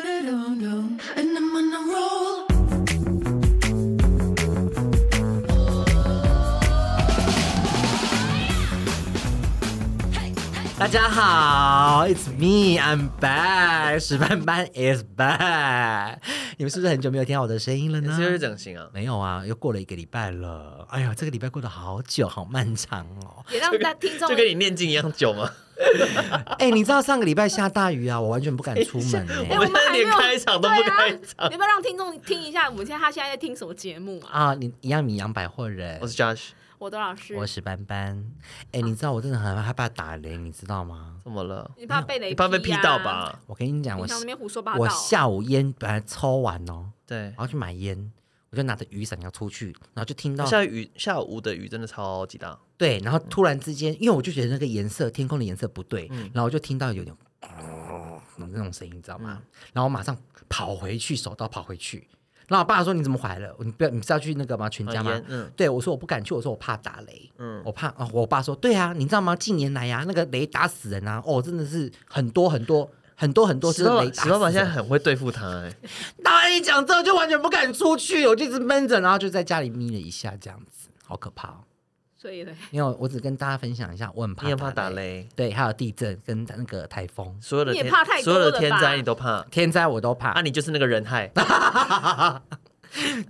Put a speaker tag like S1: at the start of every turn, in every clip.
S1: And I'm on a roll.
S2: Hey. 大家好，It's me, I'm back，史班班 is back。你们是不是很久没有听到我的声音了
S3: 你
S2: 呢
S3: 是？不是整形啊？
S2: 没有啊，又过了一个礼拜了。哎呀，这个礼拜过得好久，好漫长哦。
S4: 也让大听众哎
S3: 就跟你念经一样久吗？
S2: 哎，你知道上个礼拜下大雨啊，我完全不敢出门欸呢、
S3: 我
S4: 我
S3: 们
S4: 们还没有
S3: 连开场都不开场
S4: 对啊你要不要让听众听一下？我们现在他现在在听什么节目啊？
S2: 啊，你一样米阳百货人
S3: 我，是 Josh，
S4: 我的老师，
S2: 我是班班。哎，你知道我真的很害怕打雷，你知道吗？
S3: 怎么了？
S4: 你怕被雷、啊，
S3: 你怕被劈到？吧？
S2: 我跟你讲，我
S4: 平常那边胡说八道，
S2: 我下午烟本来抽完哦，
S3: 对
S2: 然，后去买烟，我就拿着雨伞要出去，然后就听到
S3: 下雨下午的雨真的超级大，
S2: 对，
S3: 嗯
S2: 然后突然之间，因为我就觉得那个颜色，天空的颜色不对，
S3: 嗯
S2: 然后我就听到有点哦那种声音，你知道吗？
S3: 嗯
S2: 然后我马上跑回去，手刀跑回去。然后我爸说：“你怎么回来了？你不要，你是要去那个吗？全家
S3: 啊
S2: 吗
S3: 烟？”嗯
S2: 对，我说我不敢去，我说我怕打雷，
S3: 嗯
S2: 我怕。哦、我爸说：“对啊，你知道吗？近年来呀、那个雷打死人啊，哦，真的是很多很多很多很多是
S3: 石老
S2: 雷
S3: 板，
S2: 打
S3: 石
S2: 死
S3: 老
S2: 人。
S3: 板现在很会对付他哎，
S2: 打完一讲之后就完全不敢出去，我就一直闷着，然后就在家里眯了一下，这样子，好可怕、哦。
S4: 所以嘞，
S2: 因为我只跟大家分享一下，我很怕，
S3: 你也怕打，雷，
S2: 对，还有地震跟那个台风，
S3: 所有的
S4: 你也
S3: 天
S4: 怕太
S3: 所
S4: 多了吧
S3: 有的天灾你都怕，
S2: 天灾我都怕，
S3: 啊，你就是那个人害，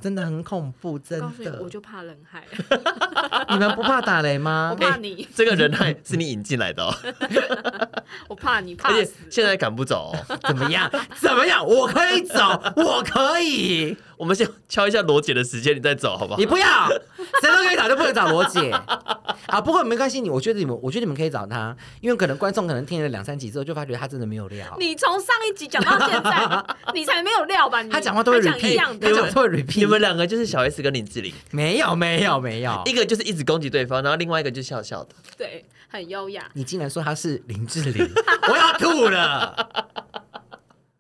S2: 真的很恐怖，真
S4: 告诉你，
S2: 的。
S4: 我就怕冷 海，
S2: 你们不怕打雷
S4: 我
S2: 吗？
S4: 怕你，
S3: 这个人害是你引进来的 哦，
S4: 我怕你，怕
S3: 而且
S4: 死。
S3: 现在赶不走哦。
S2: 怎么样？怎么样？我可以走，我可以。
S3: 我们先敲一下罗姐的时间，你再走好不好
S2: 你？不要，谁都可以找，就不能找罗姐啊。不过没关系，你我觉得你们，我觉得你们可以找她，因为可能观众可能听了两三集之后，就发觉她真的没有料。
S4: 你从上一集讲到现 在，你才没有料吧？你
S2: 他讲话都会
S4: 还讲
S2: repeat，
S4: 一样
S2: 他讲
S4: 的
S2: 话，都会 repeat。
S3: 你们两个就是小 S 跟林志玲，
S2: 没有没有没有
S3: 一，个就是一直攻击对方，然后另外一个就笑笑的。
S4: 对，很优雅。
S2: 你竟然说他是林志玲， 我要吐了，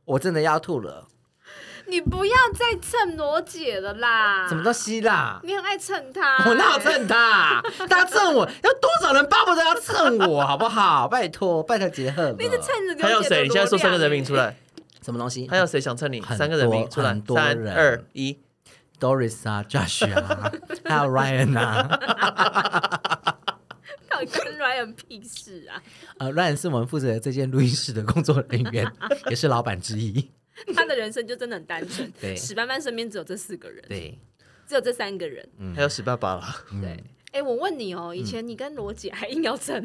S2: 我真的要吐了，
S4: 你不要再蹭罗姐了啦！
S2: 怎么都？吸啦。
S4: 你很爱蹭她、
S2: 我哪有？蹭他？他蹭我，要多少人巴不得要蹭我，好不好？拜托，拜托杰赫了。
S4: 你一直蹭着罗姐的
S3: 还有谁？你现在说三个人名
S4: 名
S3: 出来，
S2: 什么东西？
S3: 还有谁想蹭你？
S2: 很多
S3: 三个人名出来
S2: 很，多
S3: 三
S2: 人
S3: 二一，
S2: Doris 啊，Josh 啊，还有 Ryan 啊。
S4: 到底跟 Ryan 屁事啊？
S2: 呃，Ryan 是我们负责这间录音室的工作人 员，也是老板之一。
S4: 他的人生就真的很单纯。
S2: 对
S4: 史班班身边只有这四个人，
S2: 对，
S4: 只有这三个人。
S3: 还有史爸爸了。
S2: 嗯
S4: 对，哎、我问你哦，以前你跟罗姐还硬要争，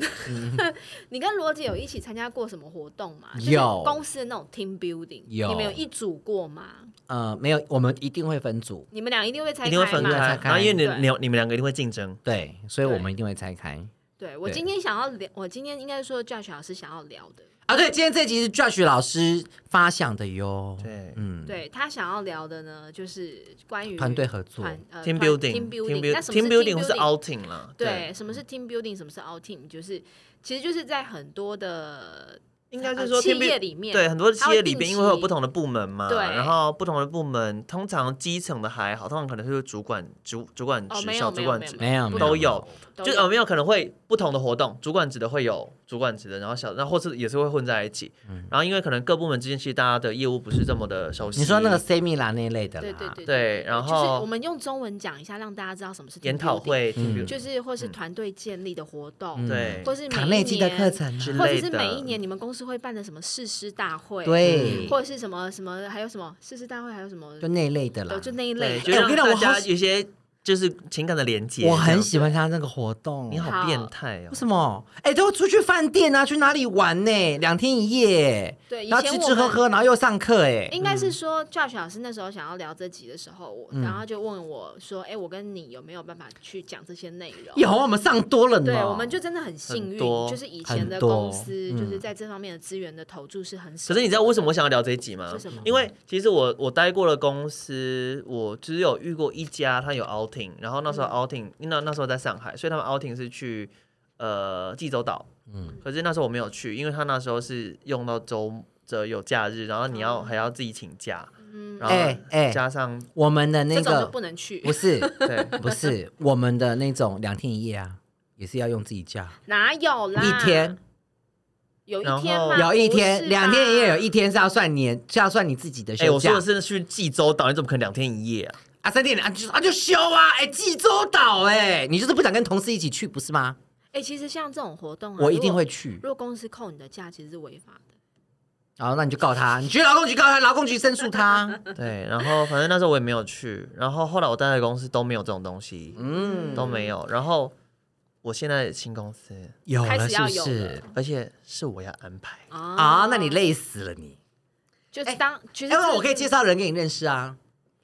S4: 你跟罗姐有一起参加过什么活动吗？就是
S2: 嗯有
S4: 公司的那种 team building，
S2: 有
S4: 你们有一组过吗？
S2: 呃，没有，我们一定会分组。
S4: 你们俩一定会拆
S3: 一定会分
S4: 嘛
S3: 开，
S2: 拆开嗯
S3: 然后因为你
S4: 对
S3: 你你们两个一定会竞争，
S2: 对，所以
S4: 对
S2: 我们一定会拆开。
S4: 对我
S2: 对
S4: 今天想要聊，我今天应该说 Josh 老师想要聊的，
S2: 啊，对，今天这集是 Josh 老师发想的哟。
S3: 对
S2: 嗯，
S4: 对他想要聊的呢，就是关于
S2: 团队合作
S4: 团呃
S3: team
S4: 团
S3: building
S4: team
S3: team
S4: building，
S3: build-
S4: 那什么是
S3: team
S4: team
S3: building 或是 outing 啦，
S4: 对，，什么
S3: 嗯
S4: 是 team building，什么是 out team，就是其实就是在很多的
S3: 应该是
S4: 呃
S3: 说 team
S4: 企
S3: build-
S4: 业里面，
S3: 对很多企业里边，因为会有不
S4: 同
S3: 同的部门嘛，
S4: 对
S3: 然后不同的部门通常基层的还好，通常可能是主管主主管
S4: 哦
S3: 职、
S4: 没有
S3: 小
S4: 没
S3: 主
S4: 有
S3: 管
S4: 没有
S3: 职
S4: 没
S2: 没有没
S3: 都有，
S4: 都
S3: 就
S4: 有
S3: 是呃没有可能会不同的活动，主管职的会有主管职的，然后小然后或是也是会混在一起，然后因为可能各部门之间其实大家的业务不是这么的熟
S2: 嗯
S3: 悉，
S2: 你说那个 Semi 啦那一类的啦，
S4: 对对对
S3: 对，然
S4: 就是我
S3: 后
S4: 们用中文讲一下，让大家知道什么是 team
S3: 研讨
S4: building，
S3: 会 team
S2: 嗯
S3: building
S4: 就是或是团队建立的活动，
S2: 嗯
S3: 对
S4: 或是每
S2: 卡
S4: 一
S2: 内基的
S4: 年
S2: 课程
S3: 之
S2: 啊，
S4: 或者
S3: 类
S4: 是
S3: 的
S4: 每一年你们公司会办的什么誓师大会，，
S2: 对，
S4: 或者是什么什么，还有什么誓师大会，还有什么
S2: 就那一类的啦
S4: 对，。就那一
S3: 对，
S4: 类的，
S3: 就
S2: 哎我跟
S3: 让
S2: 你讲
S3: 大
S2: 我好
S3: 家有一些就是情感的连接。
S2: 我
S3: 这
S2: 很
S3: 样
S2: 喜欢他那个活动，
S3: 你好
S4: 好
S3: 变态哦
S2: 为！什么？哎，都出去饭店啊，去哪里玩呢？两天一夜，
S4: 对以
S2: 然后
S4: 前
S2: 吃
S4: 我
S2: 吃喝
S4: 们
S2: 喝，然后又上课，哎，
S4: 应该是说，Josh 老师那时候想要聊这集的时候，我
S2: 嗯
S4: 然后就问我说：“哎、我跟你有没有办法去讲这些内容？”
S2: 有我们上多了呢。
S4: 对，我们就真的很幸
S3: 很
S4: 运，
S3: 多
S4: 就是以前的
S2: 很多
S4: 公司
S2: 嗯
S4: 就是在这方面的资源的投注是很少。
S3: 可是你知道为什么我想要聊这一集吗
S4: 是什么？
S3: 因为其实我我待过的公司，我只有遇过一家，它有 outing，然后那
S4: 嗯
S3: 时候 outing，、那那时候在上海，所以他们 outing 是去呃济州岛，
S2: 嗯
S3: 嗯，可是那时候我没有去，因为他那时候是用到周这有假日，然后你要、
S4: 哦
S3: 还要自己请假，
S4: 嗯
S3: 然后
S2: 哎哎
S3: 加上、
S2: 我们的那
S4: 这种就
S2: 个
S4: 不能去？
S2: 不是
S3: 对。
S2: 不是我们的那种两天一夜啊，也是要用自己假
S4: 哪有啦？
S2: 一天。
S4: 有一
S3: 然
S4: 天
S3: 后
S4: 吗？
S2: 有一天、
S4: 不是啊
S2: 两天一夜，有
S4: 吧
S2: 一天是要算年，是要算你自己的
S3: 哎、
S2: 休
S3: 我
S2: 假、
S3: 说的是去济州岛，你怎么可能两天一夜 啊？
S2: 啊，三天两啊就啊就休啊，哎、济州岛哎、你就是不想跟同事一起去，不是吗？
S4: 哎、其实像这种活动、啊，
S2: 我一定
S4: 如果
S2: 会去
S4: 如。果公司扣你的假，其实是违法的。
S2: 然后那你就告他，你去劳动局告他，劳动局申诉他。
S3: 对，然后反正那时候我也没有去，然后后来我待的公司都没有这种东西，
S2: 嗯，
S3: 都没有。然后我现在的新公司，
S2: 有
S4: 开
S2: 了
S4: 始
S2: 是
S4: 要
S2: 不
S4: 有
S2: 是？
S3: 而且是我要安排。
S4: 啊
S2: 啊，那你累死了你。
S4: 就是当、其
S2: 哎、
S4: 实、
S2: 我可以介，绍人给你认识啊，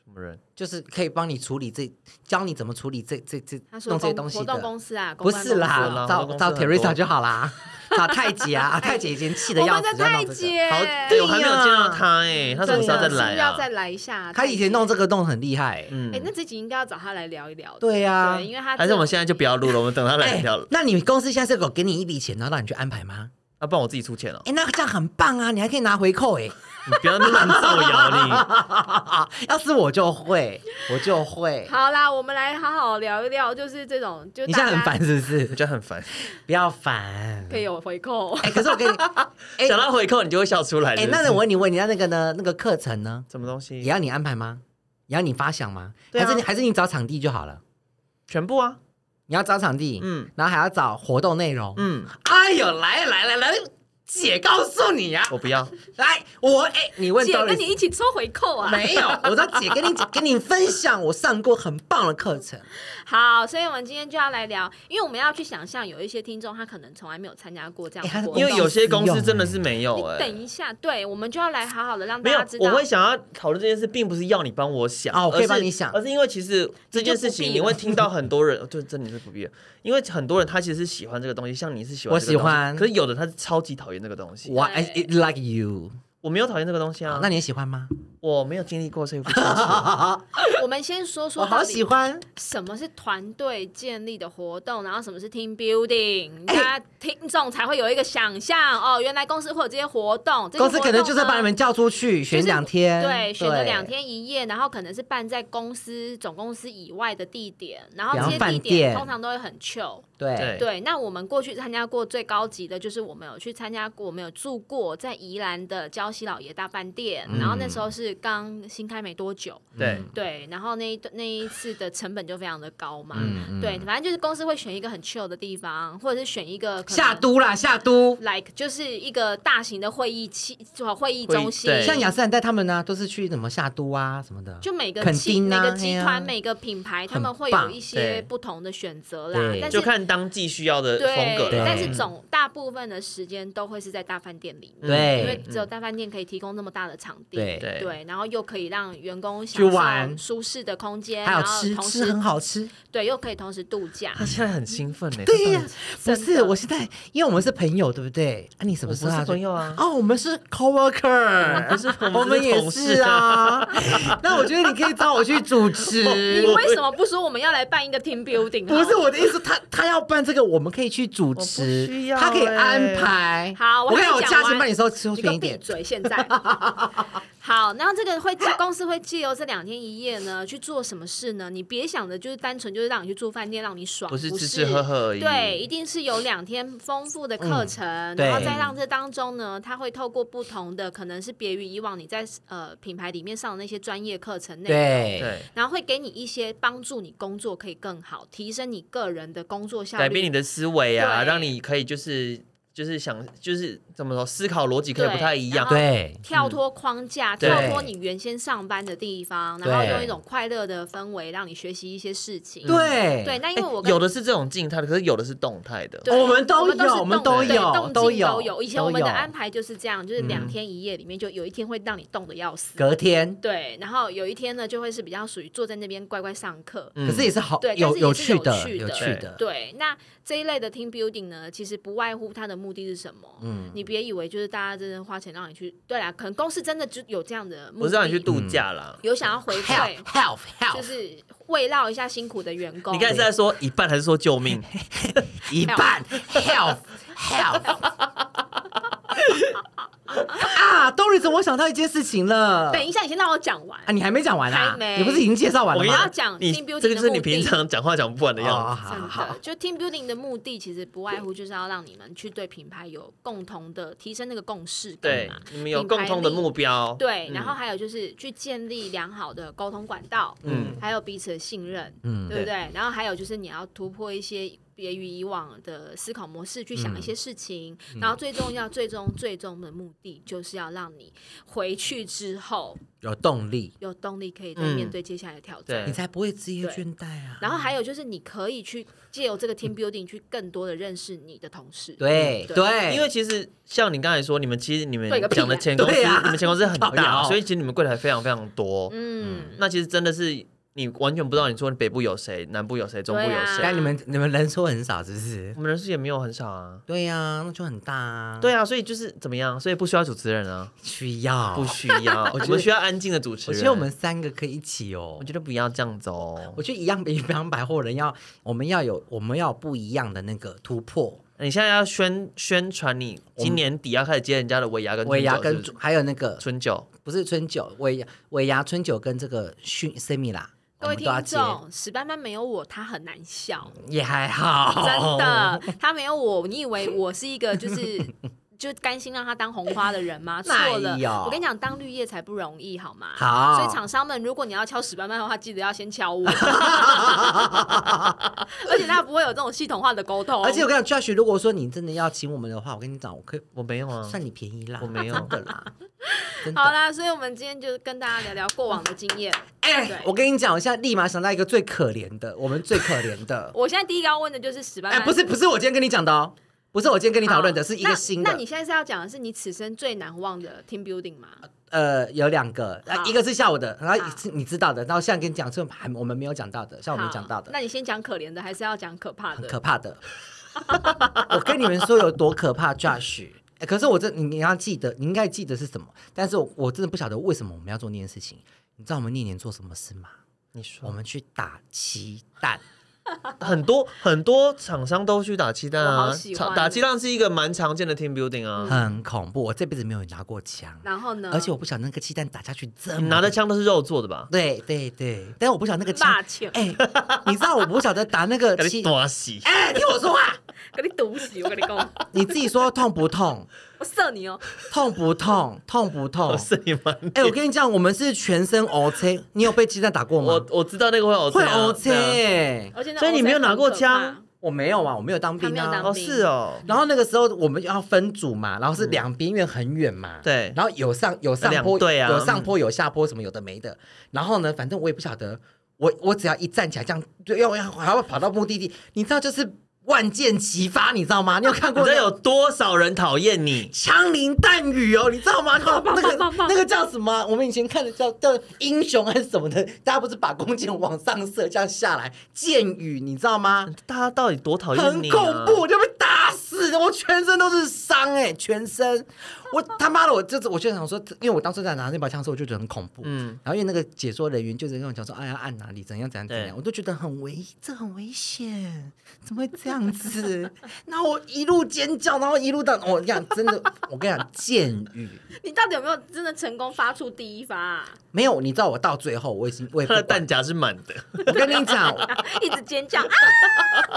S3: 什么人？
S2: 就是可以帮你处理这，教你怎么处理这这这
S4: 他说
S2: 弄这些
S4: 公
S2: 东西
S4: 活动
S2: 的。
S4: 公司啊，
S2: 不
S4: 公关
S2: 是
S4: 公司
S2: 啦，
S4: 啊
S3: 啦
S2: 找
S3: 公关
S2: 找
S3: 公司很多
S2: Teresa 就好啦，找太姐啊， 啊太姐已经气得
S4: 我
S2: 要
S4: 们
S2: 死
S4: 的，
S2: 要弄
S4: 太
S2: 这个
S4: 姐，
S3: 好，
S2: 对
S3: 对我还没有
S2: 呀
S3: 见到他哎、他什么时候
S4: 真
S3: 再
S4: 的是不
S3: 来
S4: 是要
S3: 啊？
S4: 再来一下？
S2: 他以前弄这个弄得很厉害，
S4: 太
S3: 嗯
S4: 姐，哎、那这集应该要找他来聊一聊的。
S2: 对啊呀、
S4: 对，因为他
S3: 还是我们现在就不要录了，我们等他来
S2: 哎
S3: 聊了，
S2: 那你公司现在是有给你一笔钱，然后让你去安排吗？
S3: 要不然我自己出钱哦。
S2: 哎，那这样很棒啊，你还可以拿回扣哎、
S3: 你不要乱造谣
S2: 要是我就会，我就会。
S4: 好啦，我们来好好聊一聊，就是这种，就
S2: 你现在
S4: 大
S2: 很
S4: 家
S2: 烦是不
S3: 你，我
S2: 是？
S3: 觉得很烦。
S2: 不要烦。
S4: 可以有回扣。
S2: 哎、可是我跟你，哎
S3: 想到回扣你就会笑出来。
S2: 哎、
S3: 是不是
S2: 那我问你问你，那那个呢？那个课程呢？
S3: 什么东
S2: 也
S3: 西？
S2: 要你安排吗？也要你发想吗？
S3: 嗯对啊
S2: 还是你还是你找场地就好了？
S3: 全部啊？
S2: 你要找场地，
S3: 嗯
S2: 然后还要找活动内容。
S3: 嗯，
S2: 哎呦，来来来来，姐告诉你啊，
S3: 我不要。
S2: 来我哎、你问
S4: 姐
S2: Doris
S4: 跟你一起抽回扣 啊！
S2: 没有，我说姐跟你跟你分享我上过很棒的课 程，
S4: 好，所以我们今天就要来聊，因为我们要去想象有一些听众他可能从来没有参加过这样
S2: 哎他
S4: 的活动，
S3: 因为有些公司真的是没有
S4: 你
S3: 哎、
S4: 等一下，对，我们就要来好好的让
S3: 没
S4: 大
S3: 有
S4: 家知，道，
S3: 我会想要讨论这件事，并不是要你帮我想
S2: 啊我可以
S3: 而是
S2: 帮你想
S3: 而是因为其实这件事情
S4: 你就不必了
S3: 你会听到很多人， 就真的是不必了，因为很多人他其实是喜欢这个东西，像你是喜欢
S2: 我
S3: 这个东
S2: 喜
S3: 西，
S2: 欢
S3: 可是有的他是超级讨厌这个东西，
S2: 我 I it like you，、
S3: 我没有讨厌这个东
S4: 嗯
S3: 西啊，
S2: 那你也喜欢吗？
S3: 我没有经历过，所以不清楚。
S4: 我们先说
S2: 我
S4: 说
S2: 好
S4: 到底
S2: 喜欢，
S4: 什么是团队建立的活动，然后什么是 team building，大家
S2: 哎
S4: 听众才会有一个想象哦，原来公司会有这些活动，这些
S2: 公司可能就是
S4: 活动呢
S2: 把你们叫出去选两天，
S4: 对，选择两。天一夜，然后可能是办在公司总公司以外的地点，然后
S2: 比
S4: 这
S2: 方
S4: 些
S2: 饭
S4: 地
S2: 店
S4: 点通常都会很 chill。
S2: 对
S3: 对
S4: 对，那我们过去参加过最高级的，就是我们有去参加过，我们有住过在宜兰的礁溪老爷大饭店，
S2: 嗯
S4: 然后那时候是刚新开没多久，
S3: 对，
S4: 对，然后那一那一次的成本就非常的高嘛，
S2: 嗯嗯
S4: 对，反正就是公司会选一个很 chill 的地方，或者是选一个可能
S2: 下都啦，下都，
S4: like 就是一个大型的会议器，就会议
S3: 会
S4: 中心，
S3: 对
S2: 像雅诗兰黛他们呢、都是去什么下都啊什么的，
S4: 就每个
S2: 垦
S4: 集、
S2: 丁啊
S4: 每个集
S2: 嘿啊
S4: 团、每个品牌，他
S2: 很
S4: 们会有
S2: 棒
S4: 一
S3: 对
S4: 些不同的选择啦
S2: 对。
S4: 但
S3: 就是看当季需要的风格
S4: 对，
S3: 了。
S4: 但是
S2: 嗯
S4: 总大部分的时间都会是在大饭店里面，
S2: 对
S4: 因为只有大饭店可以提供那么大的场地，
S2: 对
S3: 嗯对
S4: 然后又可以让员工
S2: 去
S4: 享受
S2: 玩
S4: 舒适的空间，
S2: 还有
S4: 然后
S2: 吃
S4: 同
S2: 吃
S4: 时
S2: 很好吃。
S4: 对，又可以同时度 假
S3: 他。现在很兴奋呢。
S2: 对呀、
S3: 他到底
S2: 不
S4: 真
S2: 是
S4: 的
S2: 我现在，因为我们是朋友，对不对？啊，你什么时候
S3: 我
S2: 要
S3: 不是
S2: 去
S3: 朋友啊
S2: 哦，我们是 coworker，
S3: 不是我们
S2: 我们
S3: 是
S2: 也
S3: 同事
S2: 是啊。 那我觉得你可以找我去主
S4: 你
S2: 持。
S4: 为什么不说我们要来办一个 team building？
S2: 不是
S4: 好
S2: 我的意思，他他要办这个，我们可以去主
S3: 我不需
S2: 持，
S3: 要
S2: 他可以
S3: 欸
S2: 安排。
S4: 好我
S2: 我跟你讲，我
S4: 还没讲
S2: 价
S4: 完
S2: 钱帮你收收
S4: 你给
S2: 便
S4: 我
S2: 一
S4: 闭
S2: 点。
S4: 嘴！现在好，然后这个会公司会借由这两天一夜呢去做什么事呢？你别想着就是单纯就是让你去住饭店让你爽，
S3: 不
S4: 不
S3: 是吃吃喝喝而已。
S4: 对，一定是有两天丰富的课程，
S2: 对
S4: 然后在让这当中呢，他会透过不同的，可能是别于以往你在呃品牌里面上的那些专业课程内容，
S2: 对，
S3: 对，
S4: 然后会给你一些帮助，你工作可以更好，提升你个人的工作效率，
S3: 改变你的思维啊，
S4: 对
S3: 让你可以就是就是想就是怎么说，思考逻辑可以
S4: 对
S3: 不太一样。
S4: 然后
S2: 对，
S4: 跳脱框架，
S3: 对
S4: 跳脱你原先上班的地方，然后
S2: 对
S4: 用一种快乐的氛围让你学习一些事情。
S2: 对，
S4: 嗯
S2: 哎
S4: 对，那因为我
S3: 有
S4: 跟。
S3: 的是这种静态的，可是有的是动态的。
S4: 对
S2: 我们都
S4: 是
S2: 有我们都
S4: 动对
S2: 有
S4: 动
S2: 都
S4: 静
S2: 有
S4: 都有。以前
S2: 都
S4: 我们的
S2: 有嗯
S4: 安排就是这样，就是两天一夜里面，就有一天会让你冻得要死。
S2: 隔天，
S4: 对，然后有一天呢，就会是比较属于坐在那边乖乖上课。
S3: 嗯
S2: 可是也是好
S4: 对但
S2: 有
S4: 是也是
S2: 趣
S4: 有
S2: 的
S4: 趣的
S2: 趣的，
S4: 对，那这一类的 team building 呢，其实不外乎它的目的是什么？嗯，你别以为就是大家真的花钱让你去，对啦，可能公司真的就有这样的目的，
S3: 不是让你去度假啦。
S4: 有想要回
S2: help
S4: 馈，
S2: help
S4: 就
S2: help
S4: 是慰劳一下辛苦的员工。
S3: 你刚才是啊在说一半还是说救 命？
S2: 一半 help help 啊，Doris，怎么我想到一件事情了？
S4: 等一下，你先让我讲完
S2: 啊，。你还没讲完啊
S4: 还？没
S2: 你不是已经介绍完
S3: 我
S2: 了
S3: 跟你
S4: 要
S2: 吗
S3: 讲？
S4: 讲
S3: 你
S4: team building
S3: 这个就是
S4: 的
S3: 你
S4: 目的
S3: 平常讲话讲不完的样子。
S2: 哦，
S4: 真
S2: 好好
S4: 的，就 team building 的目的，其实不外乎就是要让你们去对品牌有共同的提升那个共识感
S3: 对
S4: 嘛。，
S3: 你们有
S4: 品
S3: 共
S4: 牌
S3: 同的
S4: 嗯力
S3: 目标。
S4: 对，
S3: 嗯
S4: 然后还有就是去建立良好的沟通管道，
S3: 嗯
S4: 还有彼此的信任，
S2: 嗯
S4: 对不对？然后还有就是你要突破一些别于以往的思考模式去想一些事情，然后最重要、最终、最终的目的就是要让你回去之后
S2: 有动力，
S4: 有动力可以再
S3: 嗯
S4: 面对接下来的挑战。
S3: 对
S2: 你才不会职业倦怠啊。
S4: 然后还有就是，你可以去借由这个 team building 去更多的认识你的同事。嗯
S2: 对
S4: 对
S2: 对，
S3: 因为其实像你刚才说，你们其实你们
S4: 对个屁
S3: 讲的
S4: 呀
S3: 前公司，
S2: 对呀
S3: 你们前公司 很
S2: 造谣
S3: 大，所以其实你们柜台非常非常多。
S4: 嗯，
S3: 那其实真的是你完全不知道，你说北部有谁，南部有谁，中部有
S4: 对啊
S3: 谁？
S2: 但你们你们人数很少，是不是
S3: 我？们人数也没有很少啊。
S2: 对呀、那就很大啊。
S3: 对啊，所以就是怎么样，所以不需要主持人啊，
S2: 需要。
S3: 不需 要，我们需要安静的主持
S2: 我
S3: 人。
S2: 觉得我们，三个可以一起哦
S3: 我。觉得不要这样子哦
S2: 我。觉得一样 比比方百货人要，我们要有我们要有不一样的那个突破。
S3: 你现在要宣宣传，你今年底要开始接人家的尾牙跟
S2: 尾牙
S3: 春酒
S2: 跟
S3: 是不是
S2: 还有那个
S3: 春酒，
S2: 不是春酒，尾牙尾牙春酒跟这个熏 semi 啦，我
S4: 各位
S2: 们
S4: 听
S2: 都要接
S4: 众，史班班没有我，他很难笑，
S2: 也还好，
S4: 真的，他没有我，你以为我是一个就是 就甘心让他当红花的人吗？
S2: 哪
S4: 错了
S2: 有，
S4: 我跟你讲，当绿叶才不容易，好吗？
S2: 好
S4: 所以厂商们，如果你要敲史班班的话，记得要先 敲我，而且他不会有这种系统化的沟 通，
S2: 而且我跟你讲，Josh，如果说你真的要请我们的话，我跟你讲，我可以
S3: 我没有啊，
S2: 算你便宜啦，
S3: 我没有
S2: 真的 啦，真的
S4: 好。啦，所以我们今天就跟大家聊聊过往的经验。
S2: 哎、
S4: 对。
S2: 我跟你讲，我现在立马想到一个最可怜的，我们最可怜的
S4: 我现在第一个要问的就是史班
S2: 哎、
S4: 班，
S2: 不是不是，我今天跟你讲的哦，不是我今天跟你
S4: 好
S2: 讨论的，是一个新
S4: 那。
S2: 的
S4: 那。你现在是要讲的是你此生最难忘的 team building 吗？
S2: 呃，有两个，啊
S4: 好
S2: 一个是下午的，然后
S4: 好
S2: 是你知道的，然后现在跟你讲是还我们没有讲到的，像我们
S4: 好
S2: 讲到的，
S4: 那你先讲可怜的，还是要讲可怕
S2: 很
S4: 的？
S2: 可怕的。 我跟你们说有多可怕，Josh。哎可是我这你你要记得，你应该记得是什么，但是我我真的不晓得为什么我们要做那件事情。你知道我们那年做什么事吗？
S3: 你
S2: 我
S3: 说
S2: 们去打鸡蛋。
S3: 很多很多厂商都去打鸡蛋
S4: 我好
S3: 啊
S4: 喜，欢哦
S3: 厂打鸡蛋是一个蛮常见的 team building 啊。
S2: 很恐怖，我这辈子没有拿过枪，
S4: 然后呢？
S2: 而且我不晓得那个鸡蛋打下去这么
S3: 嗯你拿的枪都是肉做的吧？
S2: 对对对，但我不晓得那个
S4: 霸
S2: 枪，
S4: 气，
S2: 哎、你知道我不晓得 打那 个
S3: 给
S2: 鸡
S3: 你，多洗，
S2: 哎、听我说话，
S4: 给你毒死！我跟你 讲，
S2: 你自己说痛不痛？
S4: 我射你哦！
S2: 痛不痛？痛不痛
S3: 我？是你们。
S2: 哎、我跟你讲，我们是全身 OK，你有被鸡蛋打过
S3: 我
S2: 吗？
S3: 我知道那个会 O
S2: 会
S3: C
S2: OK，、
S3: 啊
S4: 而且那
S3: 所以你没有拿过枪
S4: 欧塞很可
S2: 我没有啊，我没有当
S4: 他
S2: 兵
S4: 没有
S2: 啊
S4: 当
S3: 哦，。是哦，
S2: 然后那个时候我们要分组嘛，然后是两边因为很远嘛，
S3: 对
S2: 然后有上有上坡，
S3: 两队啊
S2: 有上坡有下坡什么有的没的。然后呢，反正我也不晓得，我我只要一站起来这样，就要要还要跑到目的地，你知道就是万箭齐发，你知道吗？你有看
S3: 你
S2: 过
S3: 知道
S2: 那
S3: 有多少人讨厌你？
S2: 枪林弹雨哦，你知道吗？那
S4: 棒
S2: 个
S4: 棒棒
S2: 那个叫什么啊？我们以前看的叫叫英雄还是什么的，大家不是把弓箭往上射，这样下来箭雨，你知道吗？
S3: 大家到底多讨厌
S2: 很
S3: 你、啊？
S2: 恐怖，我！就被打死，我全身都是伤哎、全身，我他妈的，我这次我就想说，因为我当时在拿那把枪的时候，我就觉得很恐怖，嗯
S3: 嗯，
S2: 然后因为那个解说人员就是跟我讲说，哎呀，按哪里怎样怎样怎样，
S3: 对
S2: 我都觉得很危，这很危险，怎么会这样子？ 然后我一路尖叫，然后一路到我跟你讲，真的，我跟你讲，剑雨
S4: 怕你到底有没有真的成功发出第一发啊？
S2: 没有，你知道我到最后我已经我也不
S3: 他的
S2: 管
S3: 弹，夹是满的，
S2: 我跟你讲，
S4: 一直尖 叫，啊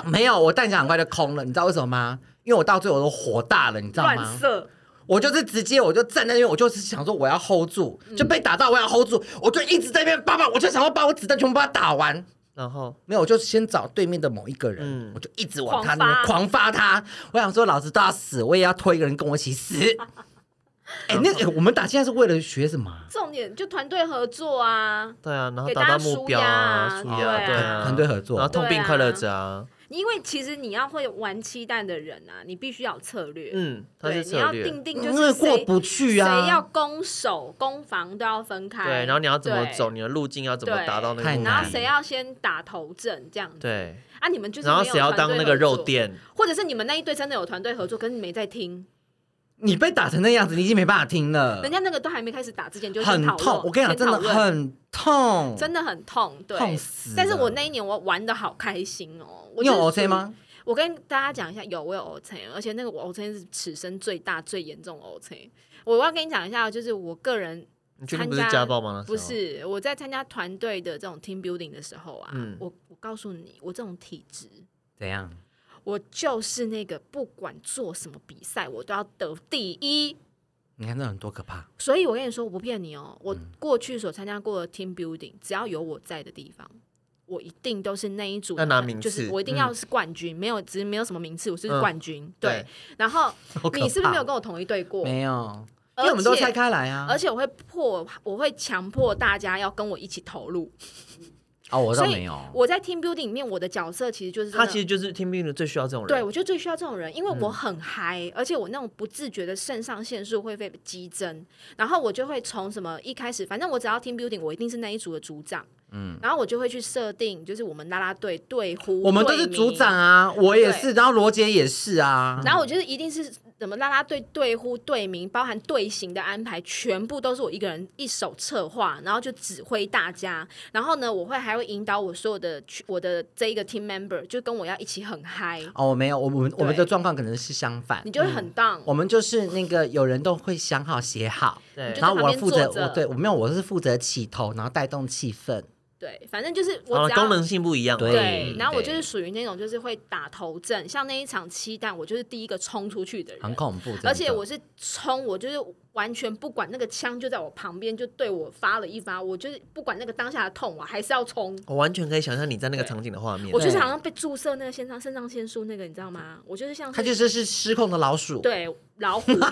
S2: 没有，我弹夹很快就空了，你知道为什么吗？因为我到最后我都火大了，你知道吗？
S4: 啊乱射，
S2: 我就是直接我就站在那边，我就是想说我要 hold 住，就被打到我要 hold 住，我就一直在那边叭叭，我就想要把我子弹全部把它打完。
S3: 然后
S2: 没有，我就先找对面的某一个人，
S3: 嗯
S2: 我就一直往他
S4: 狂
S2: 那
S4: 发
S2: 边狂发他。我想说，老子都要死，我也要拖一个人跟我一起死。 哎、那、哎我们打现在是为了学什么啊？
S4: 重点就团队合作啊！
S3: 对啊，然后
S4: 给
S3: 达
S4: 大
S3: 到
S4: 家
S3: 目标啊，
S4: 舒
S3: 舒
S4: 压
S3: 压
S4: 对啊
S3: 对啊，
S2: 团队合作
S3: 然后痛
S4: 对
S3: 并
S4: 啊
S3: 快乐着啊，
S4: 因为其实你要会玩鸡蛋的人啊，你必须要有策略。
S3: 嗯，它
S4: 对，
S3: 是
S4: 你要
S3: 策略
S4: 定。定就
S2: 嗯因为
S4: 是
S2: 过
S4: 谁
S2: 不去
S4: 谁要
S2: 啊，
S4: 攻守攻防都要分开。
S3: 对，然后你要怎么
S4: 对
S3: 走，你的路径要怎么
S4: 对
S3: 达到那个
S2: 太
S3: 目
S2: 难
S4: 然后
S3: 的？
S4: 谁要先打头阵这样子？
S3: 对，
S4: 啊，你们就是
S3: 然后
S4: 没有
S3: 谁要
S4: 团
S3: 当
S4: 队
S3: 那个
S4: 合
S3: 肉
S4: 作，
S3: 垫？
S4: 或者是你们那一队真的有团队合作，可是你没在听，
S2: 你被打成那样子，你已经没办法听了
S3: 呃
S4: 人，家那个都还没开始打之前你就先
S2: 很
S4: 讨论
S2: 痛。我跟你讲，
S4: 先
S2: 真的
S4: 讨论
S2: 很痛，
S4: 真的很痛，对。
S2: 痛死了。
S4: 但是我那一年我玩的好开心哦，我
S2: 你有
S4: 就是属
S2: OK
S4: 于
S2: 吗？
S4: 我跟大家讲一下，有我有 O C，而且那个我 O C 是此生最大最严重 O C。我要跟你讲一下，就是我个人
S3: 你确定不
S4: 参
S3: 是
S4: 加
S3: 家暴吗？那时
S4: 不
S3: 候，
S4: 是我在参加团队的这种 team building 的时候啊，
S3: 嗯
S4: 我我告诉你，我这种体质，
S2: 怎样？
S4: 我就是那个不管做什么比赛，我都要得第一。
S2: 你看这人多可怕！
S4: 所以我跟你说，我不骗你哦，
S3: 嗯
S4: 我过去所参加过的 team building，只要有我在的地方。我一定都是那一组的
S3: 要拿
S4: 人
S3: 名
S4: 就
S3: 次
S4: 是我一定要是冠军，没有只是没有什么名次，我是
S3: 嗯
S4: 冠军。
S3: 对
S4: 对，然后
S3: 好可
S4: 你是不是没
S3: 怕
S4: 有
S3: 哦
S4: 跟我同一队过？
S2: 没有，因
S4: 而
S2: 为我们都
S4: 且
S2: 拆开来啊。
S4: 而且我会迫，我会强迫大家要跟我一起投入。
S2: 哦，我倒
S4: 所以
S2: 没有。
S4: 我在 team building 里面，我的角色其实就是真
S3: 他
S4: 的
S3: 其实就是 team building 最需要这种人。
S4: 对，我就最需要这种人，因为
S2: 嗯
S4: 我很嗨、而且我那种不自觉的肾上腺素会被激增，然后我就会从什么一开始，反正我只要 team building，我一定是那一组的组长，嗯，然后我就会去设定，就是我们啦啦队队呼，
S2: 我们都是
S4: 队
S2: 组
S4: 名
S2: 长啊，我也是，然后罗杰也是啊。
S4: 然后我就是一定是怎么啦啦队队呼队名，包含队形的安排，全部都是我一个人一手策划，然后就指挥大家。然后呢，我会还会引导我所有的去我的这一个 team member，就跟我要一起很嗨，
S2: 哦，我没有，我们我们
S4: 对
S2: 的状况可能是相反嗯
S4: 你。就会很 down。
S2: 我们就是那个有人都会想好写好，
S3: 对
S4: 就
S2: 然后
S4: 在旁
S2: 我
S4: 边
S2: 负责，
S4: 坐着
S2: 我对我没有，我是负责起头，然后带动气氛。
S4: 对，反正就是
S3: 好
S4: 我
S3: 了
S4: 只要
S3: 哦功能性不一样。
S2: 对
S4: 对，然后我
S2: 对
S4: 就是属于那种就是会打头阵，像那一场七蛋，我就是第一个冲出去的人，
S2: 很恐怖。真的
S4: 而且我是冲，我就是完全不管那个枪就在我旁边，就对我发了一发，我就是不管那个当下的痛，我还是要冲。
S3: 我完全可以想象你在那个场景的画面
S4: 我。就是好像被注射那个肾上肾上腺素那个，你知道吗？我就是像
S2: 他
S4: 是
S2: 就是是失控的老鼠，，
S4: 对老虎， 对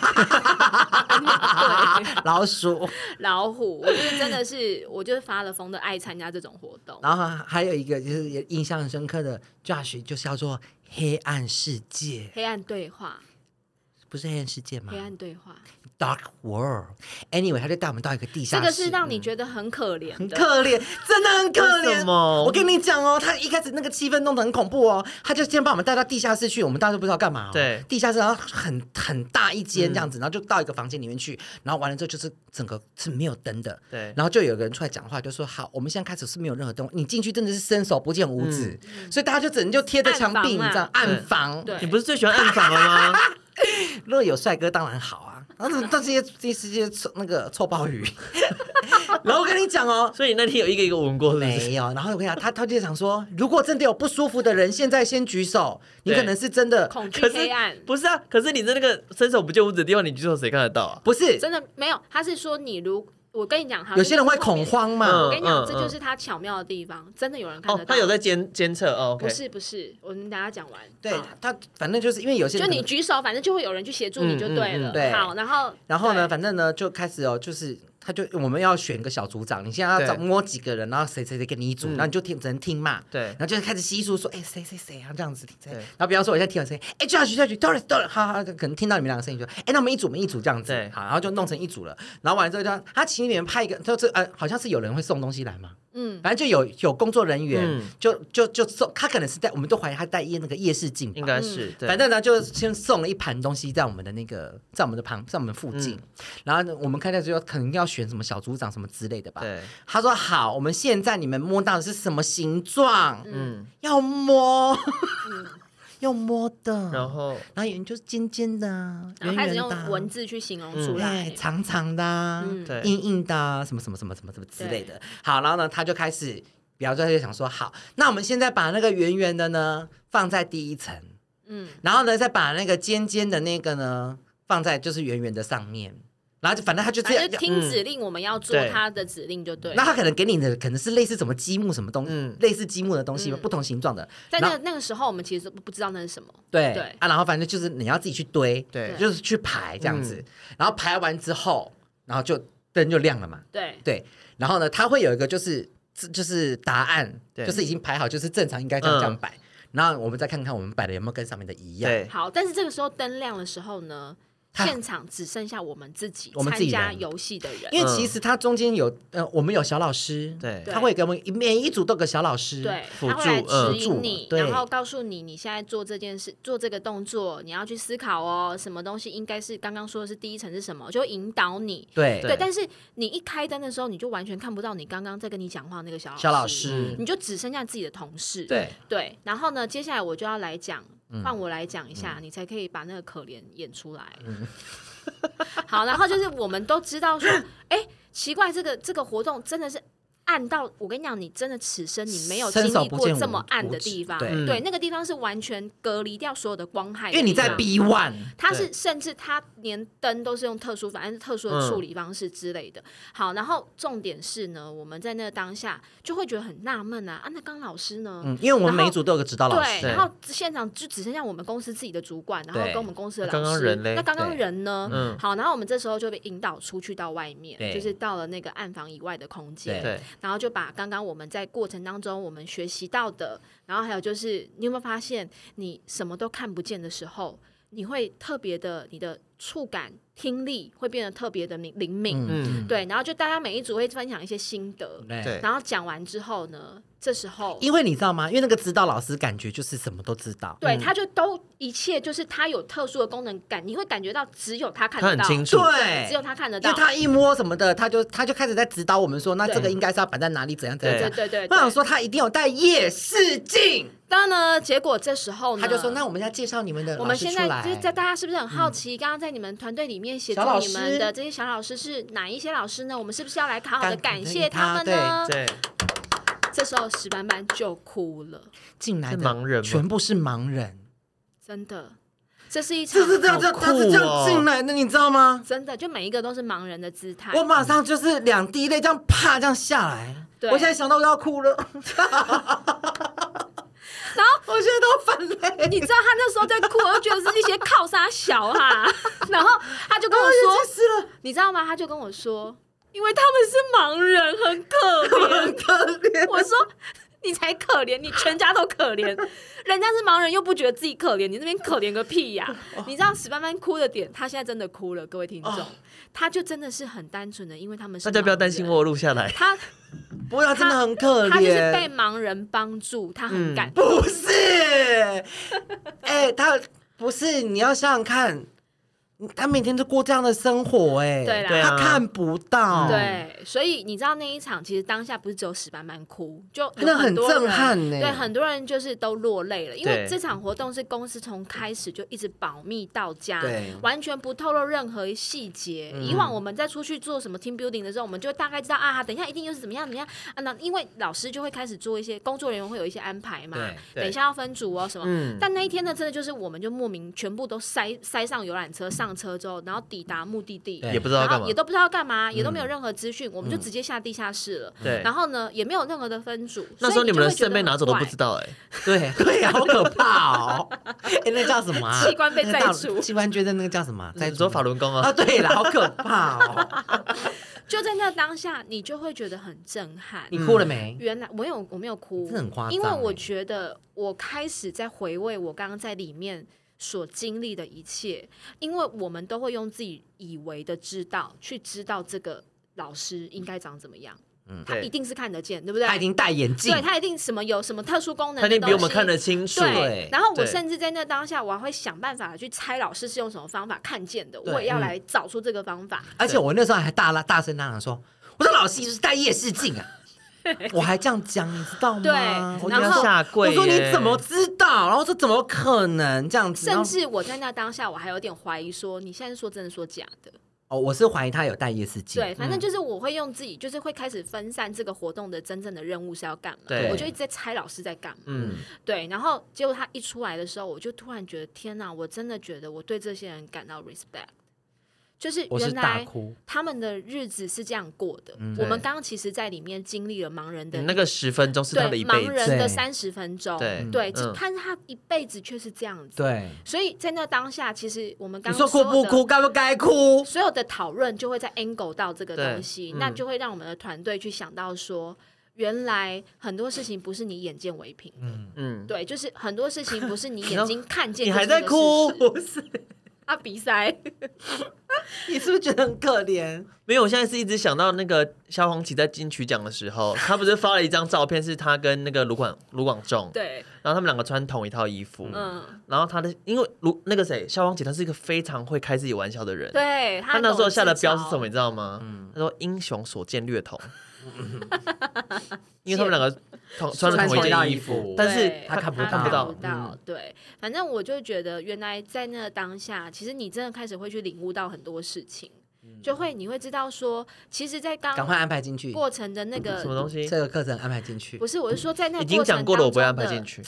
S2: 老鼠。
S4: 老虎，我就是真的是，我就是发了疯的爱参加这种活动。
S2: 然后还有一个就是也印象很深刻的 Josh，就是叫做黑暗世界，
S4: 黑暗对话，
S2: 不是黑暗世界吗
S4: 黑暗对话，
S2: ？Dark World。Anyway，他就带我们到一个地下室，
S4: 这个是让你觉得很可怜
S2: 很
S4: 的，
S2: 可怜，真的很可
S3: 为
S2: 怜
S3: 什。么
S2: 我跟你讲哦，他一开始那个气氛弄得很恐怖哦，他就先把我们带到地下室去，我们大家都不知道干嘛、哦。
S3: 对
S2: 地下室然后很很大一间这样子，
S4: 嗯
S2: 然后就到一个房间里面去，然后完了之后就是整个是没有灯的。
S3: 对
S2: 然后就有个人出来讲话，就说：“好，我们现在开始是没有任何灯，你进去真的是伸手不见五指，所以大家就只能就贴着墙壁，
S4: 嗯暗房啊
S2: 你知道，暗房。
S4: 对
S3: 你不是最喜欢暗访了吗？
S2: 若有帅哥当然好啊，然后但这些这些臭那个臭鲍鱼， 然后我跟你讲哦，
S3: 所以那天有一个一个闻
S4: 哦
S3: 过，是不 是？
S2: 没有，然后我跟你讲，他他就想说，如果真的有不舒服的人，现在先举手，你
S3: 对
S2: 可能是真的
S4: 恐惧
S3: 可是
S4: 黑暗。
S3: 不是啊，可是你在那个伸手不见五指的地方，你举手谁看得到啊？
S2: 不是
S4: 真的没有，他是说你如我跟你讲，哈，
S2: 有些人会恐
S4: 这就是后面。
S2: 慌
S3: 嗯
S2: 嘛
S4: 我跟你讲，这
S3: 嗯
S4: 就是他巧妙的地方，真的有人看
S3: 哦
S4: 得，到。
S3: 他有在监监测哦，OK，
S4: 不是不是，我们等下讲完。
S2: 对
S4: 好
S2: 他反正就是因为有些
S4: 就
S2: 人可
S4: 你
S2: 能。
S4: 举手，反正就会有人去协助你就对
S3: 嗯嗯
S4: 了。
S3: 嗯
S2: 对
S4: 好，然后
S2: 然后呢，
S4: 对
S2: 反正呢就开始哦，就是他就我们要选个小组长，你现在要找
S3: 对
S2: 摸几个人，然后谁谁谁跟你一组，
S3: 嗯
S2: 然后你就听只能听嘛。
S3: 对
S2: 然后就开始稀疏说，哎，谁谁谁啊这样子，谁
S3: 对
S2: 然后比方说我现在听到声音，哎，Josh Josh Doris Doris，哈哈，可能听到你们两个声音就，哎，那我们一组，我们一组这样子
S3: 对，
S2: 好，然后就弄成一组了。然后完了之后就他请你们派一个，就是呃，好像是有人会送东西来嘛，
S4: 嗯，
S2: 反正就有有工作人员
S3: 嗯
S2: 就就就送，他可能是在，我们都怀疑他带夜那个夜视镜吧，
S3: 应该是，对
S2: 反
S4: 嗯
S2: 正呢，就先送了一盘东西在我们的那个，在我们的旁，在我们附
S3: 嗯
S2: 近。然后呢，我们开始就可能要选什么小组长什么之类的吧。
S3: 对，
S2: 他说好，我们现在你们摸到的是什么形状？
S3: 嗯，
S2: 要摸，
S4: 嗯
S2: 要摸的。
S3: 然后
S2: 然后有人就是尖尖的啊，
S4: 然
S2: 圆
S4: 后开始
S2: 圆
S4: 用
S2: 的啊，
S4: 文字去形容
S3: 嗯
S4: 出来
S2: 哎，。长长的啊，
S4: 嗯
S3: 对
S2: 硬硬的啊，什么什么什么什么什么之类的。好，然后呢，他就开始，比方说他就想说，好，那我们现在把那个圆圆的呢放在第一层。
S4: 嗯，
S2: 然后呢，再把那个尖尖的那个呢放在就是圆圆的上面，然后就反正他就这样嗯
S4: 反正就。听指令，我们要做
S3: 对
S4: 他的指令就对
S2: 那。他可能给你的可能是类似什么积木什么东西，
S3: 嗯
S2: 类似积木的东西吧，
S4: 嗯
S2: 不同形状的。
S4: 在
S2: 然
S4: 那
S2: 后
S4: 个那个时候，我们其实不知道那是什么。
S2: 对
S4: 对
S2: 啊，然后反正就是你要自己去堆，
S3: 对嗯
S2: 就是去排这样子。然后排完之后，然后就灯就亮了嘛，
S4: 对，
S2: 对。然后呢，它会有一个就是就是答案，
S3: 对
S2: 就是已经排好，就是正常应该这样这样
S3: 嗯
S2: 摆。然后我们再看看我们摆的有没有跟上面的一样。
S3: 对，
S4: 好，但是这个时候灯亮的时候呢，
S2: 他
S4: 现场只剩下我们自己
S2: 我们自
S4: 参
S2: 己
S4: 加
S2: 人
S4: 游戏的人。
S2: 因为其实它中间有呃，我们有小老师，
S3: 对
S2: 他会给我们每一组都有个小老师，
S4: 对，
S3: 辅
S4: 他会来
S3: 助嗯
S4: 指引你，
S2: 呃对
S4: 然后告诉你你现在做这件事、做这个动作，你要去思考哦，什么东西应该是刚刚说的是第一层是什么，就会引导你。
S2: 对
S3: 对
S4: 对，但是你一开灯的时候，你就完全看不到你刚刚在跟你讲话那个小
S2: 小老
S4: 师，
S2: 师，嗯
S4: 你就只剩下自己的同事。
S3: 对
S4: 对，然后呢，接下来我就要来讲
S2: 嗯
S4: 换我来讲一下，你才可以把那个可怜演出来。
S2: 嗯
S4: 好，然后就是我们都 知道说，哎、奇怪，这个这个活动真的是暗到我跟你讲，你真的此生你没有经
S2: 伸手
S4: 历
S2: 不
S4: 过
S2: 见
S4: 这
S2: 五
S4: 么暗的
S2: 五指
S4: 地方，
S2: 对
S4: 对，那个地方是完全隔离掉所有的光害的
S2: 因
S4: 地
S2: 为
S4: 方，
S2: 你在 B one，
S4: 它是甚至它连灯都是用特殊，反正是特殊的
S3: 嗯
S4: 处理方式之类的。好，然后重点是呢，我们在那个当下就会觉得很纳闷啊，啊，那刚老师呢？
S2: 嗯，因为我们
S4: 然后
S2: 每一组都有个指导老
S4: 对，
S2: 师，
S4: 然后现场就只剩下我们公司自己的主管，然后
S2: 对
S4: 跟我们公司的
S3: 那
S4: 老
S3: 刚刚
S4: 师。
S3: 人嘞
S4: 那刚刚
S2: 对
S4: 人呢？
S3: 嗯
S4: 好，然后我们这时候就被引导出去到外面，
S2: 对
S4: 就是到了那个暗房以外的空间。
S3: 对，
S4: 然后就把刚刚我们在过程当中我们学习到的，然后还有就是你有没有发现，你什么都看不见的时候，你会特别的，你的触感、听力会变得特别的灵灵敏。
S3: 嗯，
S4: 对，然后就大家每一组会分享一些心得，
S3: 对
S4: 然后讲完之后呢，这时候。
S2: 嗯因为你知道吗？因为那个指导老师感觉就是什么都知道，
S4: 对，他就都一切就是他有特殊的功能感，你会感觉到只有他看
S3: 他
S4: 得
S3: 很
S4: 到，
S3: 清楚，
S2: 对
S4: 只有他看得
S2: 因
S4: 到
S2: 为。他一摸什么的，他就他就开始在指导我们说，那
S4: 对
S2: 这个应该是要摆在哪里，怎样怎样
S4: 对
S2: 怎样。
S4: 对对，
S2: 我
S4: 对
S2: 想，说他一定有带夜视镜，
S4: 当然呢，结果这时候呢，
S2: 他就说那嗯我们要介绍你们的
S4: 我
S2: 老
S4: 们
S2: 师
S4: 现
S2: 出
S4: 在
S2: 来。嗯
S4: 就是在大家是不是很好奇？刚刚在你们团队里面协助
S2: 小老
S4: 你
S2: 师
S4: 们的这些小老师是哪一些老师呢？我们是不是要来好好的
S2: 感
S4: 感谢他们呢？
S3: 对，
S4: 这时候石斑斑就哭了，
S2: 进来的
S3: 是盲人吗
S2: 全部是盲人，
S4: 真的，这是一场
S2: 这是这样这样
S3: 好酷哦
S2: 他是这样进来的，你知道吗？
S4: 真的，就每一个都是盲人的姿态。
S2: 我马上就是两滴泪这样啪这样下来，
S4: 对
S2: 我现在想到我都要哭 了，
S4: 然后
S2: 我现在都要泛泪。
S4: 你知道他那时候在哭，我就觉得是一些靠杀小啊。然后他就跟我说，
S2: 是了，
S4: 你知道吗？他就跟我说，因为他们是盲人，很可 怜。
S2: 可怜。
S4: 我说。你才可怜，你全家都可怜，人家是盲人又不觉得自己可怜，你那边可怜个 屁呀、
S3: 哦
S4: 你知道史班班哭的点，他现在真的哭了，各位听众，他就真的是很单纯的，因为他们是
S3: 大家不要
S4: 盲
S3: 担心，
S4: 人
S3: 我，有录下来。
S4: 他
S2: 不过他真的很可怜，
S4: 他就是被盲人帮助，他
S3: 嗯
S4: 很感动，
S2: 不是， 哎、他不是，你要想想看，他每天都过这样的生活、哎，
S4: 对啦对
S3: 啊
S2: 他看不到，，
S4: 对，啊所以你知道那一场，其实当下不是只有史班班哭，就有
S2: 那很
S4: 多人
S2: 震撼呢
S4: 对，很多人就是都落泪了，因
S3: 对
S4: 为这场活动是公司从开始就一直保密到家
S2: 对，嗯
S4: 完全不透露任何细节。以往我们在出去做什么 team building 的时候，我们就大概知道啊，等一下一定又是怎么样怎么样啊。那因为老师就会开始做一些工作人员会有一些安排嘛
S2: 对，
S3: 对
S4: 等一下要分组哦什么。
S3: 嗯
S4: 但那一天呢，真的就是我们就莫名全部都塞塞上游览车，上车之后，然后抵达目的地，
S2: 对
S3: 也不知道
S4: 然
S3: 干
S4: 后
S3: 嘛嗯
S4: 也，都不知道干嘛，也都没有任何资讯，我们就直接下地下室了。
S3: 对
S4: 嗯然后呢，也没有任何的分组。
S3: 那时候
S4: 所以
S3: 你
S4: 就
S3: 们的
S4: 会觉得
S3: 肾被拿走都不知道哎、
S2: 对，对啊，好可怕哦，哎、那叫什么、啊？
S4: 器官被
S2: 那叫
S4: 摘除
S2: 器官捐赠那个叫什么啊？摘
S3: 在
S2: 除
S3: 做法轮功
S4: 哦
S2: 啊，
S3: 啊，
S2: 对了，好可怕哦，
S4: 很怪，就在那当下，你就会觉得很震撼。
S2: 你哭了没？
S4: 原来我有我没有哭，
S2: 真的很夸张
S4: 因为我
S2: 欸
S4: 觉得我开始在回味我刚刚在里面所经历的一切，因为我们都会用自己以为的知道去知道这个老师应该长怎么样，嗯，他
S3: 对
S4: 一定是看得见，对不对？啊
S2: 他已经戴眼镜
S4: 对，他一定什么有什么特殊功能
S3: 他
S4: 的
S3: 一
S4: 东西，
S3: 定比我们看得清楚。哎
S4: 对，然后我
S3: 对
S4: 甚至在那当下，我还会想办法去猜老师是用什么方法看见的，
S2: 对
S4: 我也要来找出这个方法。
S2: 而且我那时候还大拉大声嚷嚷说：“我说老师就是戴夜视镜啊！” 我还这样讲，你知道吗？
S4: 对
S2: 我
S4: 然
S2: 就
S4: 后
S2: 说
S3: 下跪
S2: 我说你
S3: 耶
S2: 怎么知道？然后说怎么可能这样子？然
S4: 甚
S2: 后
S4: 至我在那当下，我还有点怀疑说，你现在是说真的说假的？
S2: 哦，我是怀疑他有戴夜视镜。
S4: 对，反正就是我会用自己，就是会开始分散这个活动的真正的任务是要干嘛
S3: 对。
S4: 我就一直在猜老师在干嘛。
S3: 嗯，
S4: 对，然后结果他一出来的时候，我就突然觉得，天哪！我真的觉得我对这些人感到 respect，就是
S2: 我是
S4: 原
S2: 大
S4: 来
S2: 哭。
S4: 他们的日子是这样过的。我们
S3: 对
S4: 刚刚其实，在里面经历了盲人的
S3: 你嗯那个十分钟是他的
S4: 对
S3: 一
S4: 盲
S3: 辈
S4: 人
S3: 子，
S4: 的
S2: 对
S4: 三十分钟，
S3: 对
S4: 对，
S3: 嗯
S4: 只看他一辈子却是这样子。
S2: 对，
S4: 所以在那当下，其实我们
S2: 你
S4: 刚
S2: 说
S4: 刚
S2: 哭不
S4: 所有的
S2: 哭？？该不该哭？
S4: 所有的讨论就会在 angle 到这个
S3: 对
S4: 东西，
S3: 嗯
S4: 那就会让我们的团队去想到说，原来很多事情不是你眼见为凭，
S3: 嗯，
S4: 对，就是很多事情不是你
S3: 知道
S4: 眼睛看见
S3: 你
S4: 就是
S3: 还
S4: 这
S3: 在
S4: 个
S3: 哭
S4: 事，实
S2: 不是，
S4: 啊，鼻塞，
S2: 你是不是觉得很可怜？
S3: 没有，我现在是一直想到那个萧煌奇在金曲奖的时候，他不是发了一张照片，是他跟那个卢广卢广仲，
S4: 对，
S3: 然后他们两个穿同一套衣服，
S4: 嗯，
S3: 然后他的因为卢那个谁萧煌奇，他是一个非常会开自己玩笑的人，
S4: 对
S3: 他那时候下的标是什么，
S4: 懂得
S3: 嗯 你知道吗？他说“英雄所见略同”，因为他们两个同穿着
S4: 穿
S3: 同一
S4: 同一
S3: 件
S4: 件
S3: 衣
S2: 衣
S3: 服
S2: 服，
S3: 但是
S4: 对
S2: 他看不
S4: 他
S3: 到
S4: 看
S3: 到
S4: 不到。对，反正我就觉得，原来在那个当下，其实你真的开始会去领悟到很多事情，
S3: 嗯
S4: 就会你会知道说，其实，在
S2: 赶
S4: 刚
S2: 快安排进去，
S4: 过程的那
S3: 嗯什么东
S4: 个。
S3: 西
S2: 这个课程安排进去
S4: 不。是，我是说在那
S3: 已
S4: 个
S3: 经
S4: 过
S3: 讲
S4: 程
S3: 过了，
S4: 当
S3: 我不会
S4: 中
S3: 安排
S4: 的
S3: 进去。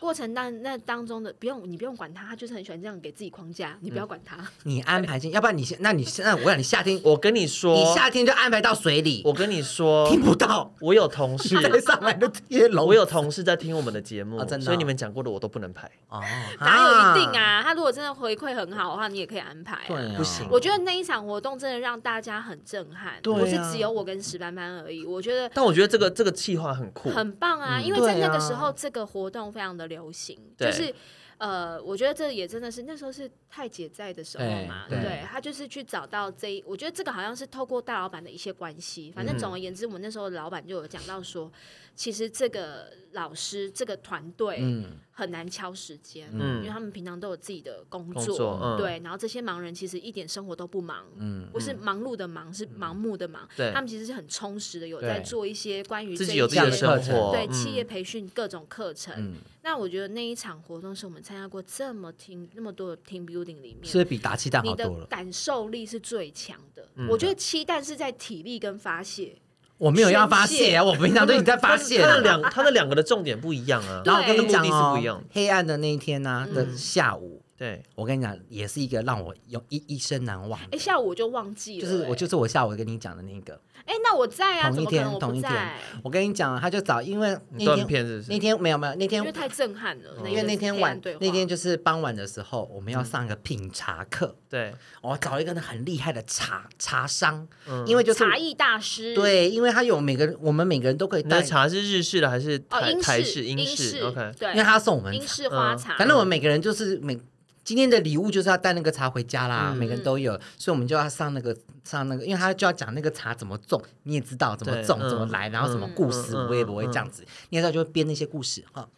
S4: 过程当那当中的，不用你不用管他，他就是很喜欢这样给自己框架，你不
S3: 嗯
S4: 要管他。
S2: 你安排进，要不然你现，那你现在我想你夏天，
S3: 我跟你说，
S2: 你夏天就安排到水里，
S3: 我跟你说，
S2: 听不到，
S3: 我 有同事，
S2: 再上来就贴楼。
S3: 我有同事在听我们的节目，
S2: 啊真的哦
S3: 所以你们讲过的我都不能排。
S2: 哦，
S4: 哪有一定？啊？他如果真的回馈很好的话，你也可以安排、啊。
S2: 对啊，
S3: 不行
S4: 我觉得那一场活动真的让大家很震撼，
S3: 对啊
S4: 不是只有我跟石斑斑而已。我觉得
S3: 但我觉得这个这个计划很酷，
S4: 很棒啊，
S2: 嗯
S4: 因为在那个时
S2: 对
S4: 候
S2: 啊
S4: 这个活动非常的流行，
S3: 对
S4: 就是呃，我觉得这也真的是那时候是太姐在的时候嘛，
S3: 哎
S2: 对
S4: 对
S2: 对
S4: 他就是去找到这一，我觉得这个好像是透过大老板的一些关系，反正
S3: 嗯
S4: 总而言之，我们那时候的老板就有讲到说，其实这个老师这个团队
S2: 嗯，
S4: 很难敲时间，因为
S3: 嗯
S4: 他们平常都有自己的工
S3: 工作嗯
S4: 对，然后这些盲人其实一点生活都不忙，
S2: 嗯
S4: 不是忙碌的忙，
S3: 嗯
S4: 是盲目的忙。
S3: 对
S4: 他们其实是很充实的，有在
S2: 对
S4: 做一些关于
S3: 自己
S4: 这一
S3: 有自己的
S4: 些
S3: 生活，
S4: 对
S3: 嗯
S4: 企业培训各种课程。
S2: 嗯，
S4: 那我觉得那一场活动是我们参加过这么听那么多的 team building 里
S2: 是不
S4: 面。
S2: 是比打气弹
S4: 你
S2: 好
S4: 的
S2: 多了？
S4: 感受力是最强的，
S3: 嗯
S4: 我觉得期待是在体力跟发泄，
S2: 我没有要发泄
S4: 宣
S2: 啊，我平常都已经在发泄
S3: 他的
S2: 了。
S3: 啊两他的两个的重点不一样啊，
S2: 然后我跟你讲
S3: 目的是不一样
S2: 哦
S3: 的，
S2: 黑暗的那一天
S4: 嗯
S2: 呢的下午，
S3: 对，
S2: 我跟你讲，也是一个让我有一一生难忘
S4: 哎、
S2: 的。
S4: 下午我就忘记
S2: 就
S4: 了、
S2: 是我，
S4: 哎
S2: 就是我下午跟你讲的那个，
S4: 哎、那我在啊，
S2: 同
S4: 怎
S2: 一
S4: 么可能
S2: 天
S4: 我
S2: 同
S4: 不
S2: 一天
S4: 在？
S2: 我跟你讲，啊他就找，因为那
S3: 你断
S2: 天
S3: 片是不
S2: 那
S3: 是？
S2: 天没有没有那天
S4: 因为太震撼了，
S2: 哦因为
S4: 个
S2: 那天
S4: 黑暗
S2: 晚
S4: 对话
S2: 那天就是傍晚的时候，我们要
S3: 嗯
S2: 上一个品茶课，
S3: 对，
S2: 我、哦找一个很厉害的茶茶商，
S3: 嗯
S2: 因为就是
S4: 茶艺大师，哦
S2: 对，因为他有每个人我们每个人都可以
S3: 你
S2: 带
S3: 的，茶是日式的还是
S4: 哦，
S3: 台
S4: 英
S3: 台
S4: 式
S3: 式英
S4: 式
S3: ？OK，
S4: 对，
S2: 因为他要送我们
S4: 英
S2: 茶，
S4: 式花茶，
S2: 反正我们每个人就是每今天的礼物就是要带那个茶回家啦，
S3: 嗯
S2: 每个人都有，所以我们就要上那个上那个，因为他就要讲那个茶怎么种，你也知道怎么
S3: 对
S2: 种、
S3: 嗯
S2: 怎么来，然后什么故事，
S3: 嗯嗯
S2: 我也不会
S3: 嗯
S2: 这样子，你也知道就会编那些故事哈。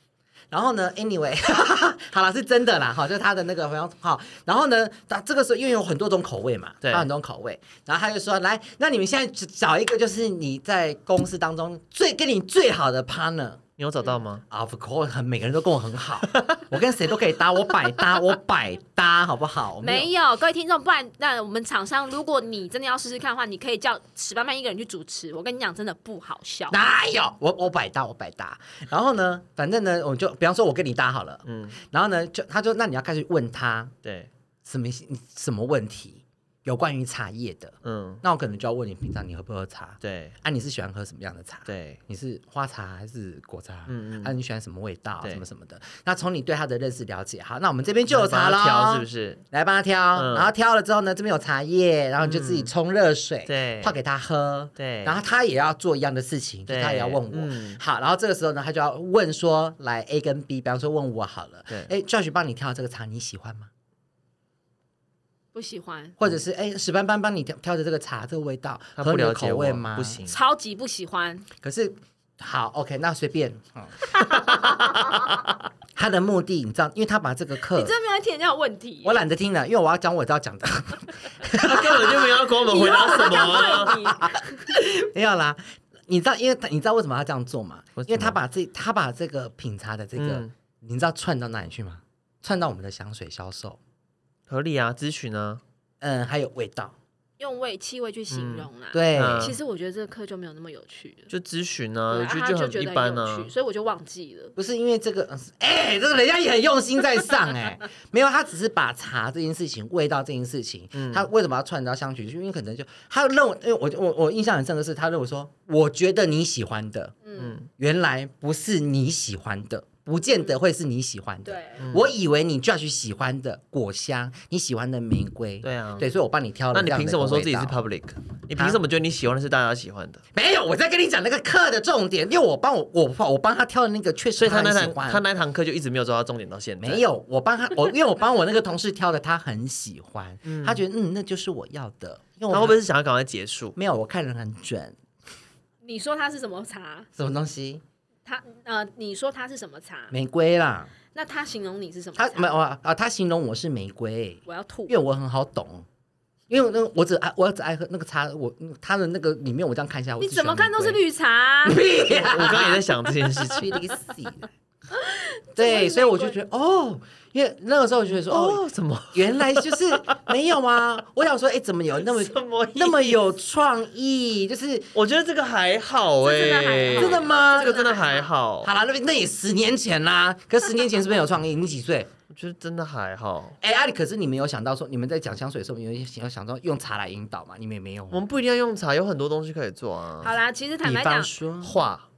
S2: 然后呢，anyway，好 了，是真的啦，哈，就是他的那个好像好。然后呢，他这个时候因为有很多种口味嘛，
S3: 对
S2: 他很多种口味，然后他就说，来，那你们现在找一个就是你在公司当中最跟你最好的 partner，
S3: 你有找
S4: 嗯
S3: 到吗？
S2: 啊 Of course，很每个人都跟我很好，我跟谁都可以搭，我百搭，我百搭，好不好？我
S4: 没
S2: 有，
S4: 有，各位听众，不然那我们厂商，如果你真的要试试看的话，你可以叫史班班一个人去主持。我跟你讲，真的不好笑。
S2: 哪有我我百搭，我百搭。然后呢，反正呢，我就比方说我跟你搭好了，
S3: 嗯，
S2: 然后呢，就他就那你要开始问他
S3: 对，
S2: 什么什么问题，有关于茶叶的，
S3: 嗯，
S2: 那我可能就要问你平常你喝不喝茶？
S3: 对
S2: 啊，你是喜欢喝什么样的茶？
S3: 对，
S2: 你是花茶还是果茶？
S3: 嗯嗯
S2: 啊，你喜欢什么味道？
S3: 对
S2: 什么什么的。那从你对他的认识了解，好，那我们这边就有茶
S3: 把它
S2: 了，哦
S3: 调是不是？
S2: 来帮他挑，
S3: 嗯
S2: 然后挑了之后呢，这边有茶叶，然后你就自己冲热水，
S3: 对
S2: 泡给他喝，
S3: 对
S2: 然后他也要做一样的事情，就
S3: 对
S2: 是他也要问我，
S3: 嗯
S2: 好，然后这个时候呢，他就要问说，来 A 跟 B，比方说问我好了，
S3: 对
S2: 哎，Josh 帮你挑这个茶，你喜欢吗？
S4: 不喜欢，
S2: 或者是哎，史班班帮你挑挑的这个茶，这个味道
S3: 嗯他
S2: 合
S3: 不
S2: 你的
S3: 了解
S2: 口
S3: 我
S2: 味吗？
S3: 不， 行，
S4: 超级不喜欢。
S2: 可是好，OK，那随便。嗯 他的目的你知道，因为他把这个课
S4: 你，真的没有听人家有问题，
S2: 呃我懒得听了，因为我要讲我要讲的。
S3: 他根本就没有要跟我们
S4: 以
S3: 回
S4: 后
S3: 答
S4: 我
S3: 什
S4: 会
S3: 么啊。
S4: 这样对
S2: 没有啦，你知道，因为他你知道为什么要这样做吗？
S3: 为什
S2: 因
S3: 么
S2: 为他把这他把这个品茶的这个，
S3: 嗯
S2: 你知道串到哪里去吗？串到我们的香水销售，
S3: 合理啊，咨询啊，
S2: 嗯，还有味道，
S4: 你用味气味去形容啦。，
S2: 对，
S3: 嗯
S4: 其实我觉得这个课就没有那么有趣了，
S3: 就咨询
S4: 对
S3: 啊，
S4: 啊他
S3: 就
S4: 就
S3: 很
S4: 觉
S3: 一
S4: 得
S3: 般
S4: 很
S3: 啊
S4: 有趣，。所以我就忘记了。
S2: 不是因为这个，嗯哎、这个人家也很用心在上哎、没有，他只是把茶这件事情、味道这件事情，
S3: 嗯
S2: 他为什么要串到香水？就因为可能就他认为，因为我我我印象很深的是，他认为说，我觉得你喜欢的，
S4: 嗯，
S2: 原来不是你喜欢的，不见得会是你喜欢的。
S4: 对，
S2: 我以为你 Josh 喜欢的果香，你喜欢的玫瑰，
S3: 对啊
S2: 对，所以我帮你挑了
S3: 那
S2: 这
S3: 你
S2: 样的
S3: 凭
S2: 一
S3: 什
S2: 个味道。
S3: 么说自己是 public？你凭什么觉得你喜欢的是大家喜欢的？
S2: 没有，我在跟你讲那个课的重点，因为我帮我我我帮他挑的那个确
S3: 所
S2: 实
S3: 以他那
S2: 很喜
S3: 堂
S2: 欢。
S3: 他那堂课就一直没有抓到重点到现在。
S2: 没有，我帮他，我因为我帮我那个同事挑的，他很喜欢，他觉得嗯，那就是我要的。因为
S3: 他
S2: 我
S3: 会不会是想要赶快 结束？
S2: 没有？我看人很准，
S4: 你说它是什么茶？
S2: 什么东西？
S4: 它呃，你说它是什么茶？
S2: 玫瑰啦，
S4: 那它形容你是什么
S2: 他
S4: 茶？
S2: 没有啊，啊他形容我是玫瑰，
S4: 我要吐
S2: 因。为我很好懂。因为那个我只爱我只爱喝那个茶，我它的那个里面我这样看一下，我
S4: 你
S2: 只
S4: 怎么
S2: 喜欢
S4: 看都是
S2: 玫
S4: 绿茶啊、
S2: 瑰屁呀、
S3: 我刚刚也在想这件事情，
S2: 去那个死 了。对，所以我就觉得哦，因为那个时候我就觉得说 哦，
S3: 哦，怎么
S2: 原来就是没有 啊。我想说，哎，怎么有 那么
S3: 什么意
S2: 那么有创意？就是
S3: 我觉得这个还好哎、
S4: 这真的还好
S2: 真的吗
S3: 这个真的还好，
S2: 好啦，那那也十年前啦，可十年前是不是很有创意？你几岁？
S3: 我觉得真的还好。
S2: 哎，阿、里，可是你们有想到说，你们在讲香水的时候，你们有想想到用茶来引导吗？你们也没有。
S3: 我们不一定要用茶，有很多东西可以做啊。
S4: 好啦，其实坦
S2: 比
S4: 白
S2: 方
S4: 讲，
S2: 说，
S3: 画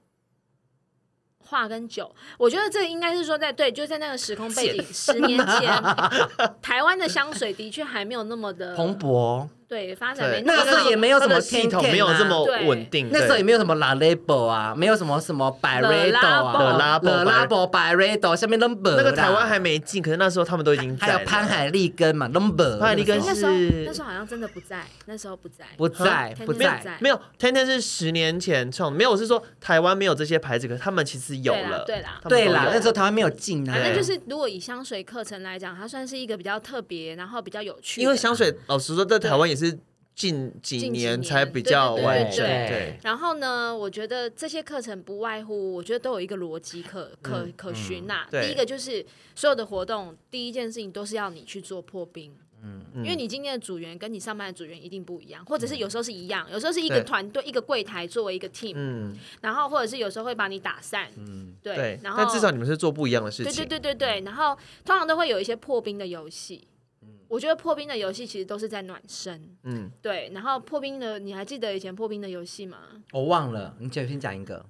S4: 画跟酒，我觉得这应该是说在对，就在那个时空背景，十年前， 台湾的香水的确还没有那么
S3: 呃
S4: 的
S2: 蓬，勃，
S4: 对，发展
S3: 对
S4: 没
S2: 那个时候也没有什
S3: 它
S2: 么
S3: 的系统
S2: 10K 啊
S3: 没有这么稳定，
S2: 那时候也
S3: 嗯对
S2: 没有什么 La Label 啊，没有什么什么 b y r e d o 啊
S3: La Label
S2: La Label b y r e d o 下面 Number
S3: 那个台湾还没进，可是那时候他们都已经在
S2: 还有
S3: 了
S2: 潘海利根嘛，Number
S3: 潘海利根
S2: 那个时候
S4: 那时候
S3: 是
S4: 那时候好像真的不在，那时候不在，
S2: 不在
S4: 天天
S2: 不
S4: 不
S2: 在
S4: 在，
S3: 没有，天天是十年前创的，没有，我是说台湾没有这些牌子，可他们其实有了，
S4: 对啦对啦
S3: 他们都
S2: 对
S3: 有
S2: 啦，那时候台湾没有进啊
S4: 反
S3: 对，
S4: 正就是如果以香水课程来讲，它算是一个比较特别，然后比较有趣的，
S3: 因为香水，老实说，在台湾也是近几
S4: 近几年
S3: 才比较
S4: 对
S3: 完整，
S2: 对
S3: 对，
S4: 然后呢，我觉得这些课程不外乎，我觉得都有一个逻辑可可可循呐、
S3: 嗯对
S4: 第一个就是所有的活动，第一件事情都是要你去做破冰。
S3: 嗯
S4: 因为你今天的组员跟你上班的组员一定不一样，或者是有时候是一样，有时候是一个
S3: 对
S4: 团队、一个柜台作为一个 team，、
S3: 嗯，
S4: 然后或者是有时候会把你打散，对，
S3: 对。
S4: 然后
S3: 但至少你嗯们是做不一样的事
S4: 对
S3: 情，
S4: 对对对对，然后通常都会有一些破冰的游戏，我觉得破冰的游戏其实都是在暖身，
S3: 嗯，
S4: 对，然后破冰的你还记得以前破冰的游戏吗？
S2: 我忘了，你就先讲一个，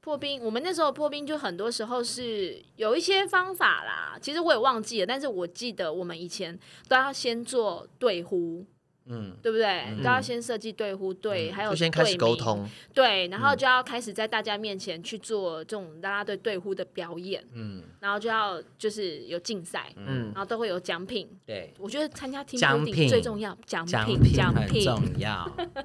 S4: 破冰，我们那时候破冰就很多时候是有一些方法啦，其实我也忘记了，但是我记得我们以前都要先做对呼，
S2: 嗯，
S4: 对不对？都要先设计对呼对，还有
S3: 就先开始
S4: 队
S3: 沟
S4: 名，
S3: 通，
S4: 对，然后就要开始在大家面前去做这种啦啦队对呼的表演，
S2: 嗯
S4: 嗯，然后就要就是有竞赛，
S3: 嗯
S4: 然，后都会有奖品。
S2: 对，
S4: 我觉得参加 team
S2: 奖
S4: building
S2: 品
S4: 最重要，奖
S2: 奖
S4: 品，
S2: 品
S4: 奖
S2: 很
S4: 品，
S2: 重要，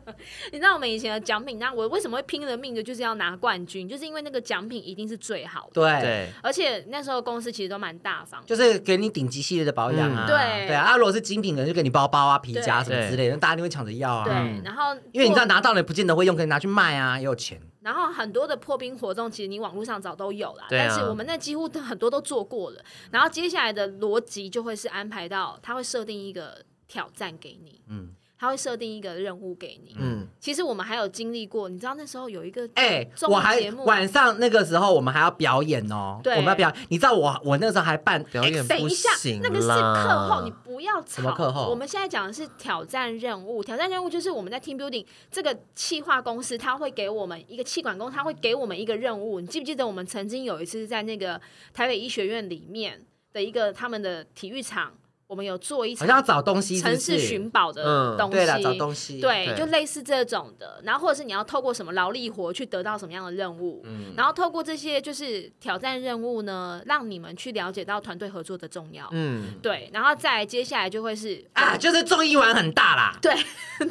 S4: 你知道我们以前的奖品，那我为什么会拼了命的，就是要拿冠军，就是因为那个奖品一定是最好的。
S2: 对。
S3: 对，
S4: 而且那时候公司其实都蛮大方，
S2: 就是给你顶级系列的保养啊，
S3: 嗯
S4: 对
S2: 对啊，啊如果是精品的，就给你包包啊、皮夹啊什
S3: 对
S2: 么之类的，那大家一定会抢着要啊。
S4: 对，
S2: 嗯
S4: 然后
S2: 因为你知道
S4: 破，
S2: 拿到了也不见得会用，可以拿去卖啊，也有钱。
S4: 然后很多的破冰活动，其实你网络上早都有啦，
S3: 对啊
S4: 但是我们那几乎都很多都做过了。然后接下来的逻辑就会是安排到，他会设定一个挑战给你，
S2: 嗯
S4: 嗯，他会设定一个任务给你。
S3: 嗯，
S4: 其实我们还有经历过，你知道那时候有一个
S2: 哎、
S4: 综艺
S2: 我还
S4: 节目
S2: 晚上那个时候我们还要表演哦，
S4: 对哎
S2: 我们要表演。你知道我我那时候还办
S3: 表演
S4: 等
S3: 不
S4: 一下，
S3: 行
S4: 那个是
S3: 啦嗯
S4: 课后，你不要吵。
S2: 什么课后
S4: 我们现在讲的是挑战任务，挑战任务就是我们在 team building 这个企划公司，它会给我们一个气管公司，它会给我们一个任务。你记不记得我们曾经有一次在那个台北医学院里面的一个他们的体育场，我们有做一
S2: 好像要
S4: 场
S2: 找东西是不
S4: 城
S2: 是，
S4: 市寻宝的
S3: 嗯
S4: 东西。
S2: 对了，找东西，
S4: 对，
S3: 对
S4: 就类似这种的，然后或者是你要透过什么劳力活去得到什么样的任务，然后透过这些就是挑战任务呢，让你们去了解到团队合作的重要，
S3: 嗯，
S4: 对，然后再来接下来就会是
S2: 啊，就是综艺玩很大啦，
S4: 对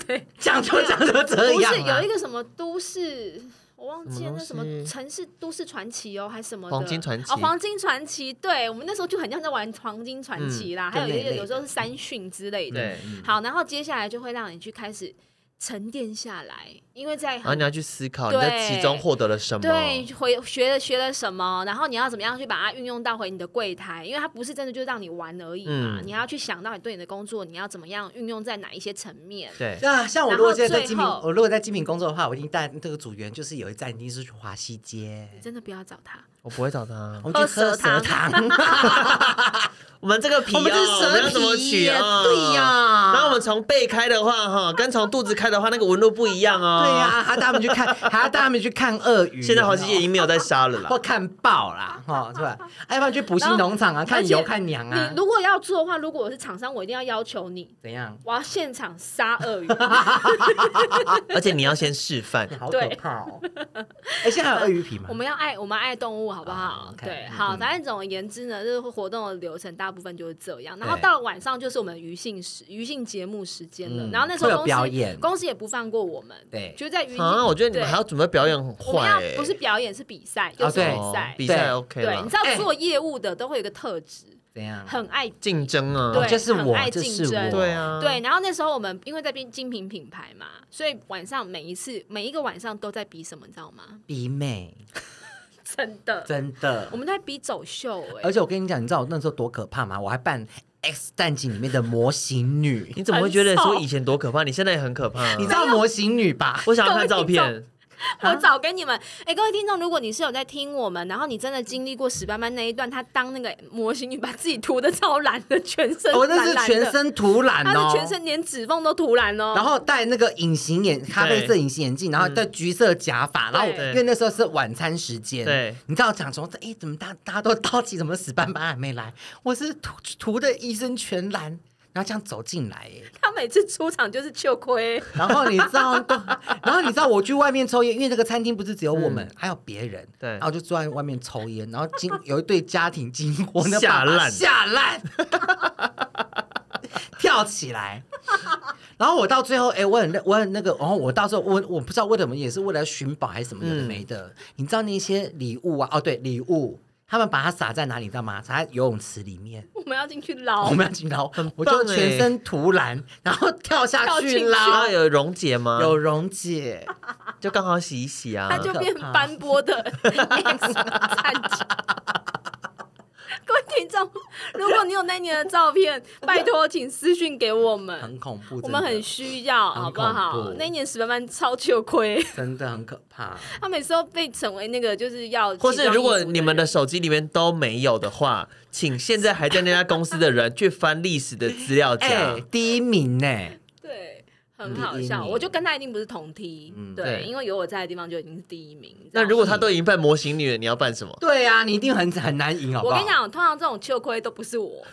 S4: 对，啊
S2: 讲就讲就这
S4: 不
S2: 样啊
S4: 是
S2: 啦
S4: 有一个什么都市。我忘记了那什
S3: 什
S4: 么
S3: 么东西
S4: 城市都市传奇哦，还是什么的
S3: 黄金传奇
S4: 哦，黄金传奇，对我们那时候就很像在玩黄金传奇啦，
S2: 嗯
S4: 还有一
S2: 就那
S4: 些
S2: 类的
S4: 有时候是三训之类的。
S3: 对，
S4: 好，然后接下来就会让你去开始沉淀下来，因为在
S3: 然后
S4: 很
S3: 你要去思考你
S4: 对
S3: 在其中获得了什么，
S4: 对，回学了学了什么，然后你要怎么样去把它运用到回你的柜台，因为它不是真的就让你玩而已嘛，
S3: 嗯
S4: 你要去想到你对你的工作，你要怎么样运用在哪一些层面。
S3: 对，
S2: 啊，像我如果现在在精品，
S4: 然后最后
S2: 我如果在精品工作的话，我一定带这个组员，就是有一站一定是去华西街，
S4: 真的不要找他，
S3: 我不会找他
S2: 我，们去喝
S4: 喝
S2: 蛇
S4: 蛇
S2: 汤，
S3: 我们这个皮哦，
S2: 我们是
S3: 我们要
S2: 蛇
S3: 怎么
S2: 皮
S3: 取
S2: 耶，
S3: 啊？
S2: 对呀，
S3: 然后我们从背开的话，哈，跟从肚子开的话，那个纹路不一样哦。
S2: 对呀、还带他们去看，还要带他们去看鳄鱼。
S3: 现在好像
S2: 有
S3: 已
S2: 没有
S3: 经没有在杀了
S2: 或
S3: 啦。
S2: 看豹啦，哦，是吧？哎要不然去补习农场啊，看
S4: 而
S2: 牛
S4: 且
S2: 看羊啊
S4: 你，如果要做的话，如果我是厂商，我一定要要求你，
S2: 怎样？
S4: 我要现场杀鳄鱼。
S3: 而且你要先示 范，
S2: 好可
S4: 对
S2: 怕 哦！哎，现在还有鳄鱼皮吗
S4: 我？们要爱我们爱动物，好不好
S2: 啊？，OK，
S4: 对，
S2: 嗯
S4: 好，反正总而言之呢，就是活动的流程大部分就是这样。然后
S2: 对
S4: 到了晚上就是我们余兴时余兴节目时间了。
S2: 嗯
S4: 然后那时
S2: 会
S4: 候
S2: 有
S4: 公司
S2: 表演
S4: 公司也不放过我们，
S2: 对
S4: 就是在余兴。
S3: 啊，我觉得你们
S4: 对
S3: 还要准备表演很
S4: 我们
S3: 坏
S4: 要
S3: 欸，
S4: 不是表演是比赛，又是
S2: 啊对
S4: 比
S3: 哦
S4: 赛。
S3: 比
S2: 对
S3: 赛 OK
S4: 对，
S3: 了
S4: 你知。道
S2: 哎
S4: 做业务的都会有一个特质，
S2: 怎样？哦
S4: 很爱
S3: 竞争啊，
S4: 对
S2: 这是
S4: 很
S2: 我
S4: 爱，
S2: 这
S4: 竞
S2: 是我，
S4: 争
S3: 对啊，
S4: 对，然后那时候我们因为在拼精品品牌嘛，所以晚上每一次每一个晚上都在比什么，你知道吗？
S2: 比美，
S4: 真的，
S2: 真的
S4: 我。们都在比走秀哎、
S2: 而且我跟你讲，你知道我那时候多可怕吗？我还扮《X 战警》里面的模型女，
S3: 你怎么会觉得说以前多可怕？你现在也很可怕、啊
S2: 你。知道模型女 吧？
S3: 我想要看照片，
S2: 啊
S4: 我找给你们。哎、各位听众，如果你是有在听我们，然后你真的经历过史班班那一段，她当那个模型女，把自己涂的超蓝的，全身
S2: 我
S4: 蓝
S2: 哦那
S4: 蓝
S2: 是全
S4: 的，
S2: 身涂染
S4: 她
S2: 哦
S4: 是，全身连指缝都涂蓝哦。
S2: 然后戴那个隐形眼咖啡色隐形眼镜，然后戴橘色假发，然后
S3: 对
S2: 因为那时候是晚餐时间，
S3: 对，
S2: 你知道讲说，哎，怎么大大家都到齐，怎么死斑斑还没来？我是涂涂的一身全蓝，然后这样走进来，哎，
S4: 她每次出场就是秋亏，
S2: 然后你知道，然后你知道我去外面抽烟，因为这个餐厅不是只有我们，还有别人，
S3: 嗯对
S2: 然后我就坐在外面抽烟，然后经有一对家庭经过，那
S3: 吓
S2: 爸爸
S3: 烂
S2: 吓烂， 跳起来。然后我到最后，哎、我很我很那个，然后我到时候我我不知道为什么，也是为了寻宝还是什么有
S3: 嗯
S2: 的没的。你知道那些礼物啊？哦，对，礼物，他们把它撒在哪里？你知道吗？撒在游泳池里面。
S4: 我们要进去捞
S2: 我。们要去捞，我
S3: 哦棒
S2: 就
S3: 哎
S2: 全身涂蓝，然后跳下
S4: 跳进
S2: 去
S4: 去
S2: 捞
S3: 啊，。有溶解吗？
S2: 有溶解，
S3: 就刚好洗一洗啊
S4: 她。就变
S2: 可怕
S4: 斑驳的 X 战警。 各位听众，如果你有那年的照片，拜托请私讯给我 们，
S2: 很恐怖，
S4: 我
S2: 真
S4: 们
S2: 的
S4: 很需要，
S2: 很
S4: 好不好
S2: 恐？怖
S4: 那一年史班班超秋亏。
S2: 真的很可怕。
S4: 他每次都被成为那个就是要，
S3: 或是如果你们的手机里面都没有的话，请现在还在那家公司的人去翻历史的资料夹。
S2: 哎、第一名呢、
S4: 对。很好
S2: 第一
S4: 笑，
S2: 名嗯
S4: 我就跟他一定不是同梯，对，
S3: 对
S4: 因为有我在的地方就已经是第一名。你知道
S3: 那
S4: 吗
S3: 如果他都已经扮模型女了，你要扮什么？
S2: 对啊，你一定很很难赢，好不
S4: 我
S2: 好？
S4: 跟你，讲，通常这种秋亏都不是我，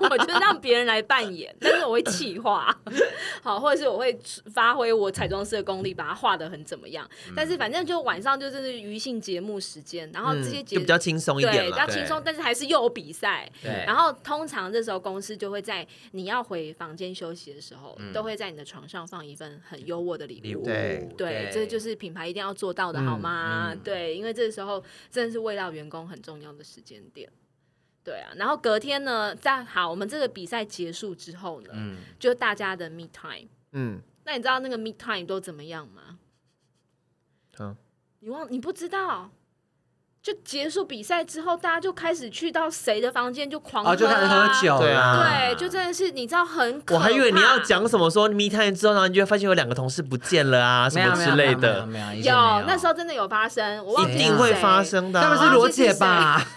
S4: 我就是让别人来扮演，但是我会气化， 好，或者是我会发挥我彩妆师的功力，把它画的很怎么样。
S3: 嗯
S4: 但是反正就晚上就是娱性节目时间，然后这些
S3: 嗯，
S4: 节
S3: 就比较轻松一
S4: 对
S3: 点
S4: 比较
S3: 了。
S4: 轻松，但是还是又有比赛，
S2: 对
S4: 然后通常这时候公司就会在你要回房间休息的时候，
S3: 嗯
S4: 都会在你的床上放一份很优渥的礼物。
S2: 礼物
S3: 对
S4: 对，这就是品牌一定要做到的，
S2: 嗯
S4: 好吗？
S2: 嗯
S4: 对，因为这时候真的是为到员工很重要的时间点。对啊，然后隔天呢，在好，我们这个比赛结束之后呢，
S2: 嗯，
S4: 就大家的 meet time。
S3: 嗯，
S4: 那你知道那个 meet time 都怎么样吗？
S3: 好，
S4: 你忘你不知道？就结束比赛之后，大家就开始去到谁的房间就狂喝、啊
S2: 哦，就开始喝酒
S3: 对啊
S4: 对，就真的是你知道很可
S3: 我还以为你要
S4: 怕
S3: 讲什么说 me time 之后，然后你就会发现有两个同事不见了啊，什
S2: 没有
S3: 么之类的，
S2: 没有，
S4: 有那时候真的有发生，我忘记
S3: 一
S4: 是
S3: 定会
S4: 谁
S3: 发。生的啊。
S2: 他们是罗姐吧？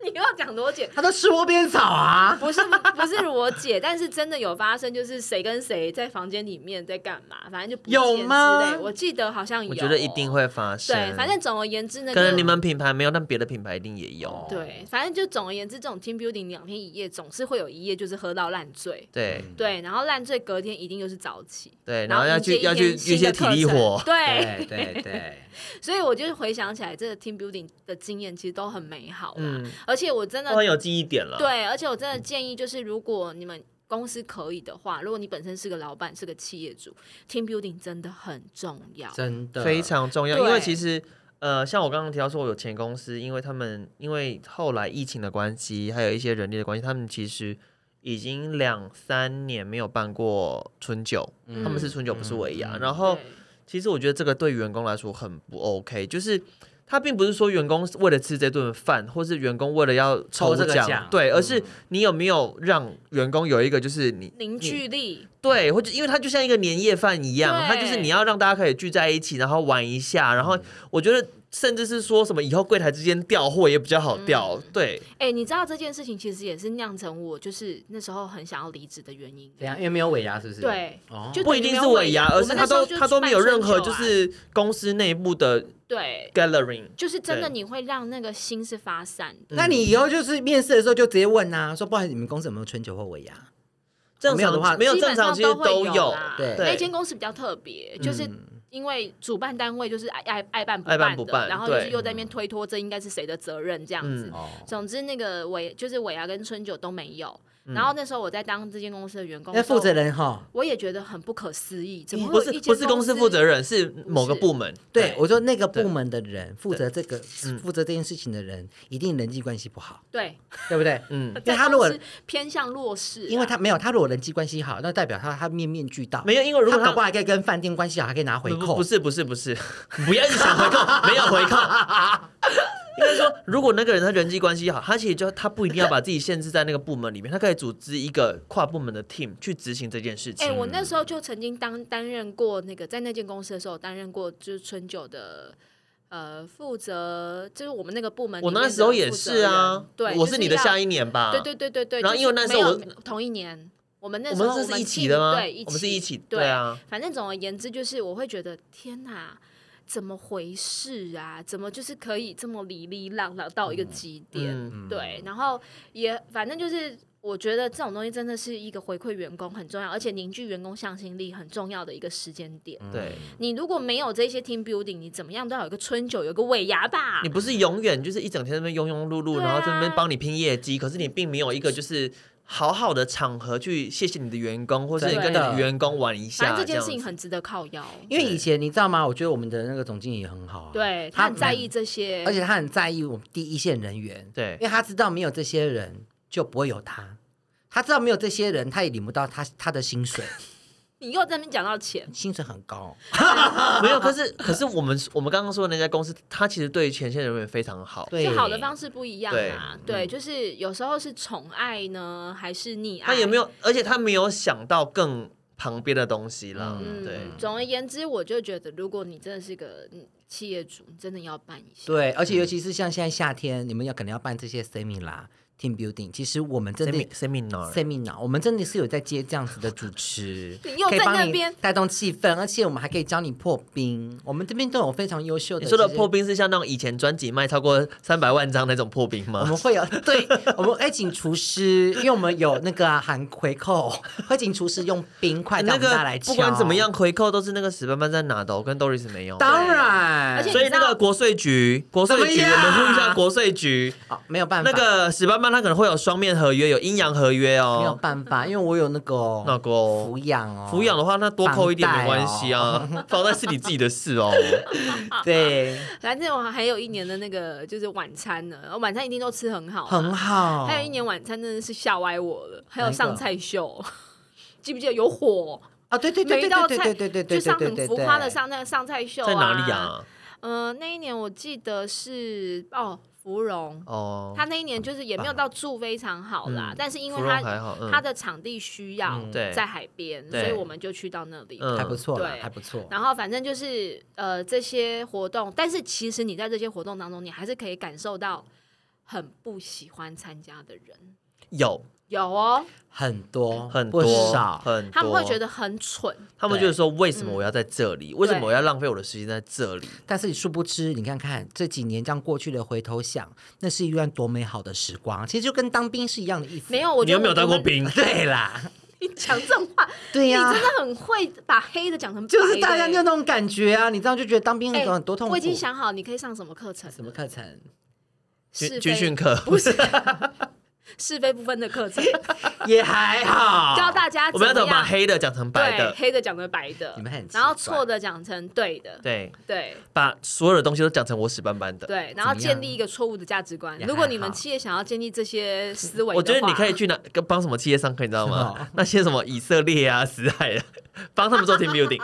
S4: 你要讲罗姐，
S2: 她都吃窝边草啊，
S4: 不是不是罗姐， 但是真的有发生，就是谁跟谁在房间里面在干嘛，反正就不
S2: 有
S4: 见之
S2: 吗
S4: 类我记得好像有，
S3: 我觉得一定。会发生。
S4: 对，反正总而言之，那
S3: 可
S4: 个
S3: 能你们品牌没有，但别的品牌一定也有。
S4: 对，反正就总而言之，这种 team building 两天一夜，总是会有一夜就是喝到烂醉。
S3: 对
S4: 对，然后烂醉隔天一定又是早起，
S3: 对，
S4: 然
S3: 然后要
S4: 迎接
S3: 去
S4: 一
S3: 要去
S4: 天
S3: 一
S4: 新
S3: 些
S4: 的
S3: 体
S4: 课
S3: 力
S4: 程
S3: 活。
S4: 对，
S2: 对对，
S4: 所以我就回想起来，这个 team building 的经验其实都很美好啦。
S3: 嗯
S4: 而且我真的
S3: 都很有记忆点了。，
S4: 对，而且我真的建议，就是如果你们公司可以的话，如果你本身是个老板，是个企业主，team building 真的很重要。
S2: 真的
S3: 非常重要，
S4: 对
S3: 因为其实。呃，像我刚刚提到说，我有前公司，因为他们因为后来疫情的关系，还有一些人力的关系，他们其实已经两三年没有办过春酒，
S2: 嗯
S3: 他们是春酒，不是尾牙。
S2: 嗯嗯
S3: 然后
S4: 对，
S3: 其实我觉得这个对员工来说很不 OK，就是他并不是说员工是为了吃这顿饭，或是员工为了要
S2: 抽
S3: 抽
S2: 这个奖
S3: 对，而
S2: 嗯
S3: 是你有没有让员工有一个就是你
S4: 凝
S3: 你
S4: 聚力，
S3: 对，或者因为它就像一个年夜饭一样，它就是
S4: 对
S3: 你要让大家可以聚在一起，然后玩一下，然后我觉得甚至是说什么以后柜台之间调货也比较
S4: 嗯
S3: 好调，对，
S4: 哎、你知道这件事情其实也是酿成我就是那时候很想要离职的原因。
S2: 怎样？因为没有尾牙，是不是？
S4: 对，
S2: 哦，
S4: 就
S3: 不一定是尾牙，而是他都他
S4: 他
S3: 都没有任
S4: 啊
S3: 何就是公司内部的
S4: 对，
S3: gathering，
S4: 就是真的
S3: 对
S4: 你会让那个心是发散的。
S2: 那你以后就是面试的时候就直接问啊，说不好意思，你们公司有没有春酒或尾牙？
S3: 正
S2: 没有的话
S3: 常没有
S4: 基
S3: 正
S4: 本
S3: 常
S4: 上
S3: 其实
S4: 会有
S3: 有，
S4: 啦
S2: 对
S4: 那间公司比较特别，就是
S2: 嗯
S4: 因为主办单位就是爱爱爱办不
S3: 爱
S4: 办
S3: 办
S4: 的，
S3: 不办
S4: 然后就是
S3: 对
S4: 又在那边推脱这应该是谁的责任这样子。
S3: 嗯
S2: 哦，
S4: 总之，那个尾就是尾牙跟春酒都没有。
S3: 嗯
S4: 然后那时候我在当这间公司的员工，
S2: 那负责，人哈，
S4: 我也觉得很不可思议，怎么
S3: 不
S4: 会有
S3: 是
S4: 一
S3: 不
S4: 间
S3: 是公司负责人，是某个
S4: 是
S3: 部门。
S2: 对嗯我说那个
S3: 对
S2: 部门的人负责这个负责这件事情的人，一定人际关系不 好，
S4: 对，
S2: 对不对？
S3: 嗯，
S2: 因为他如果
S4: 在公司偏向弱势啊，
S2: 因为他没有，他如果人际关系好，那代表他他面面俱到。
S3: 没有，因为如果
S2: 他搞不好还可以跟饭店关系好，还可以拿回
S3: 不
S2: 扣。
S3: 不是不是不是，不要一直想回扣， 没有回扣。应该说，如果那个人他人际关系好，他其实就他不一定要把自己限制在那个部门里面，他可以组织一个跨部门的 team 去执行这件事
S4: 哎、
S3: 情。
S4: 我那时候就曾经当担任过那个在那间公司的时候，担任过就是春酒的呃负责，就是我们那个部门里
S3: 我
S4: 面的负
S3: 那时
S4: 责人。
S3: 候也是啊，
S4: 对，
S3: 我
S4: 就是
S3: 你的
S4: 要
S3: 下一年吧？
S4: 对对对对对。
S3: 然后
S4: 就是
S3: 因为那时候
S4: 没
S3: 我
S4: 有同一年，我们那
S3: 我
S4: 时
S3: 们
S4: 候
S3: 这
S4: 我
S3: 是
S4: 们
S3: 一起
S4: team，
S3: 的吗？啊嗯
S4: 对，
S3: 我们是一起，
S4: 对
S3: 对。啊。
S4: 反正总而言之，就是我会觉得天哪，怎么回事啊？怎么就是可以这么离离浪浪到一个极点？
S3: 嗯
S4: 对，然后也反正就是。我觉得这种东西真的是一个回馈员工很重要，而且凝聚员工向心力很重要的一个时间点。
S2: 嗯
S3: 对，
S4: 你如果没有这些 team building，你怎么样都要有一个春酒，有一个尾牙吧
S3: 你。不是永远就是一整天在那边庸庸碌碌，
S4: 对啊
S3: 然后在那边帮你拼业绩，可是你并没有
S4: 啊
S3: 一个就是好好的场合去谢谢你的员工，或是你跟
S4: 真
S3: 你
S2: 的
S3: 的员工玩一
S4: 反
S3: 下。
S4: 正这件
S3: 样
S4: 事情
S3: 子
S4: 很值得靠腰，
S2: 因为以前你知道吗？我觉得我们的那个总经理也很好、啊，
S4: 对他很在意这些，
S2: 而且他很在意我们第一线人员，
S3: 对
S2: 因为他知道没有这些人就不会有他，他知道没有这些人他也领不到他他的薪 水，
S4: 你又在那边讲到钱，
S2: 薪水很高，
S3: 没有，可是可是我们 我们刚刚说的那家公司，它其实对于前线人员非常好，
S2: 对，嗯
S4: 就好的方式不一样
S3: 对
S4: 啊。对，就是有时候是宠爱呢，还是溺爱？
S3: 他也没有，而且他没有想到更旁边的东西啦，
S4: 嗯，
S3: 对。
S4: 总而言之，我就觉得，如果你真的是个嗯企业主，你真的要办一下。
S2: 对，而
S3: 嗯
S2: 且尤其是像现在夏天，你们要可能要办这些 seminar、team building，其实我们真的
S3: Semi-。seminar，
S2: seminar，我们真的是有在接这样子的主持
S4: 你，又
S2: 可以
S4: 在
S2: 帮
S4: 那
S2: 你
S4: 边
S2: 带动气氛，而且我们还可以教你破冰。我们这边都有非常优秀的
S3: 你
S2: 这些。
S3: 说的破冰是像那种以前专辑卖超过三百万张那种破冰
S2: 我
S3: 吗？
S2: 们会有对，我们会请厨师，因为我们有那个啊含回扣，会请厨师用冰块带
S3: 那
S2: 我们大家
S3: 个
S2: 来敲。
S3: 不管怎么，样，回扣都是那个史班班在拿的哦，我跟 Doris 没有。
S2: 当然，
S4: 而且
S3: 所以那
S4: 你知
S3: 个
S4: 道
S3: 国税局，国税局，
S2: 怎么
S3: 我
S2: 样
S3: 们呼吁一下国税局。
S2: 哦没有办法，
S3: 那个史班班他可能会有双面合约，有阴阳合约
S2: 没有
S3: 哦。
S2: 办法，因为我有那个哦
S3: 那个哦
S2: 抚养哦，
S3: 抚养的话，那多扣一点
S2: 房贷
S3: 没
S2: 哦
S3: 关系啊， 房贷是你自己的事 哦。
S2: 对
S4: 反正我还有一年的那个就是晚餐呢，哦晚餐一定都吃很好啊、
S2: 很好。
S3: 哎
S4: 还有一年晚餐真的是吓歪我了，还有
S2: 哪一个
S4: 上菜秀， 记不记得有火？
S2: 啊，对对对
S4: 每一
S2: 对
S4: 道
S2: 对
S4: 菜
S2: 对对对对对，
S4: 就上很
S2: 对
S4: 浮夸的。
S2: 对对
S4: 上那个上菜秀、
S3: 在哪里？啊？
S4: 呃，那一年我记得是哦，芙蓉。
S3: 哦，
S4: 他那一年就是也没有到住非常好啦，
S3: 嗯
S4: 但是因为
S3: 芙蓉
S4: 他
S3: 还好嗯
S4: 他的场地需要
S2: 嗯
S3: 对
S4: 在海边，所
S3: 对
S4: 以我们就去到那里。
S3: 嗯
S2: 还不错啦
S4: 对，
S2: 还不错。
S4: 然后反正就是呃这些活动，但是其实你在这些活动当中，你还是可以感受到很不喜欢参加的人
S3: 有
S4: 有哦，
S2: 很多
S3: 很
S2: 不
S3: 多
S2: 少，
S3: 很多，哦
S4: 他们会觉得很蠢，
S3: 他们就是说，为什么我要在这里？为什么我要浪费我的时间在这里？
S2: 但是殊不知，你看看这几年这样过去的，回头想，那是一段多美好的时光。其实就跟当兵是一样的意思。
S4: 没有，我
S3: 你
S4: 觉得
S3: 有没有
S4: 我
S3: 当过
S4: 们？
S3: 兵？
S2: 对啦，
S4: 你讲这种话，
S2: 对呀、
S4: 你真的很会把黑的讲成白的
S2: 就是大家就那种感觉啊，你知道就觉得当兵很
S4: 哎
S2: 多很多痛苦。
S4: 我已经想好你可以上什么课程了，
S2: 什么课程？
S4: 是
S3: 军
S4: 非
S3: 军训课
S4: 不是是非不分的课程，
S2: 也还 好，
S4: 教大家
S3: 我们要怎
S4: 怎么
S3: 么把
S4: 样
S3: 黑的讲成白
S4: 对
S3: 的？
S4: 黑的讲成白的，
S2: 你们很奇怪
S4: 然后错的讲成对的，
S3: 对，
S4: 对
S3: 把所有的东西都讲成我死板板的。
S4: 对，然后
S2: 怎么样
S4: 建立一个错误的价值观。
S2: 也
S4: 如果
S2: 还
S4: 你们
S2: 好
S4: 企业想要建立这些思维，
S3: 我觉得你可以。去哪跟帮什么企业上课，你知道
S2: 是
S4: 哦
S3: 吗
S2: 吗？
S3: 那些什么以色列啊、死海啊，帮他们做 team building。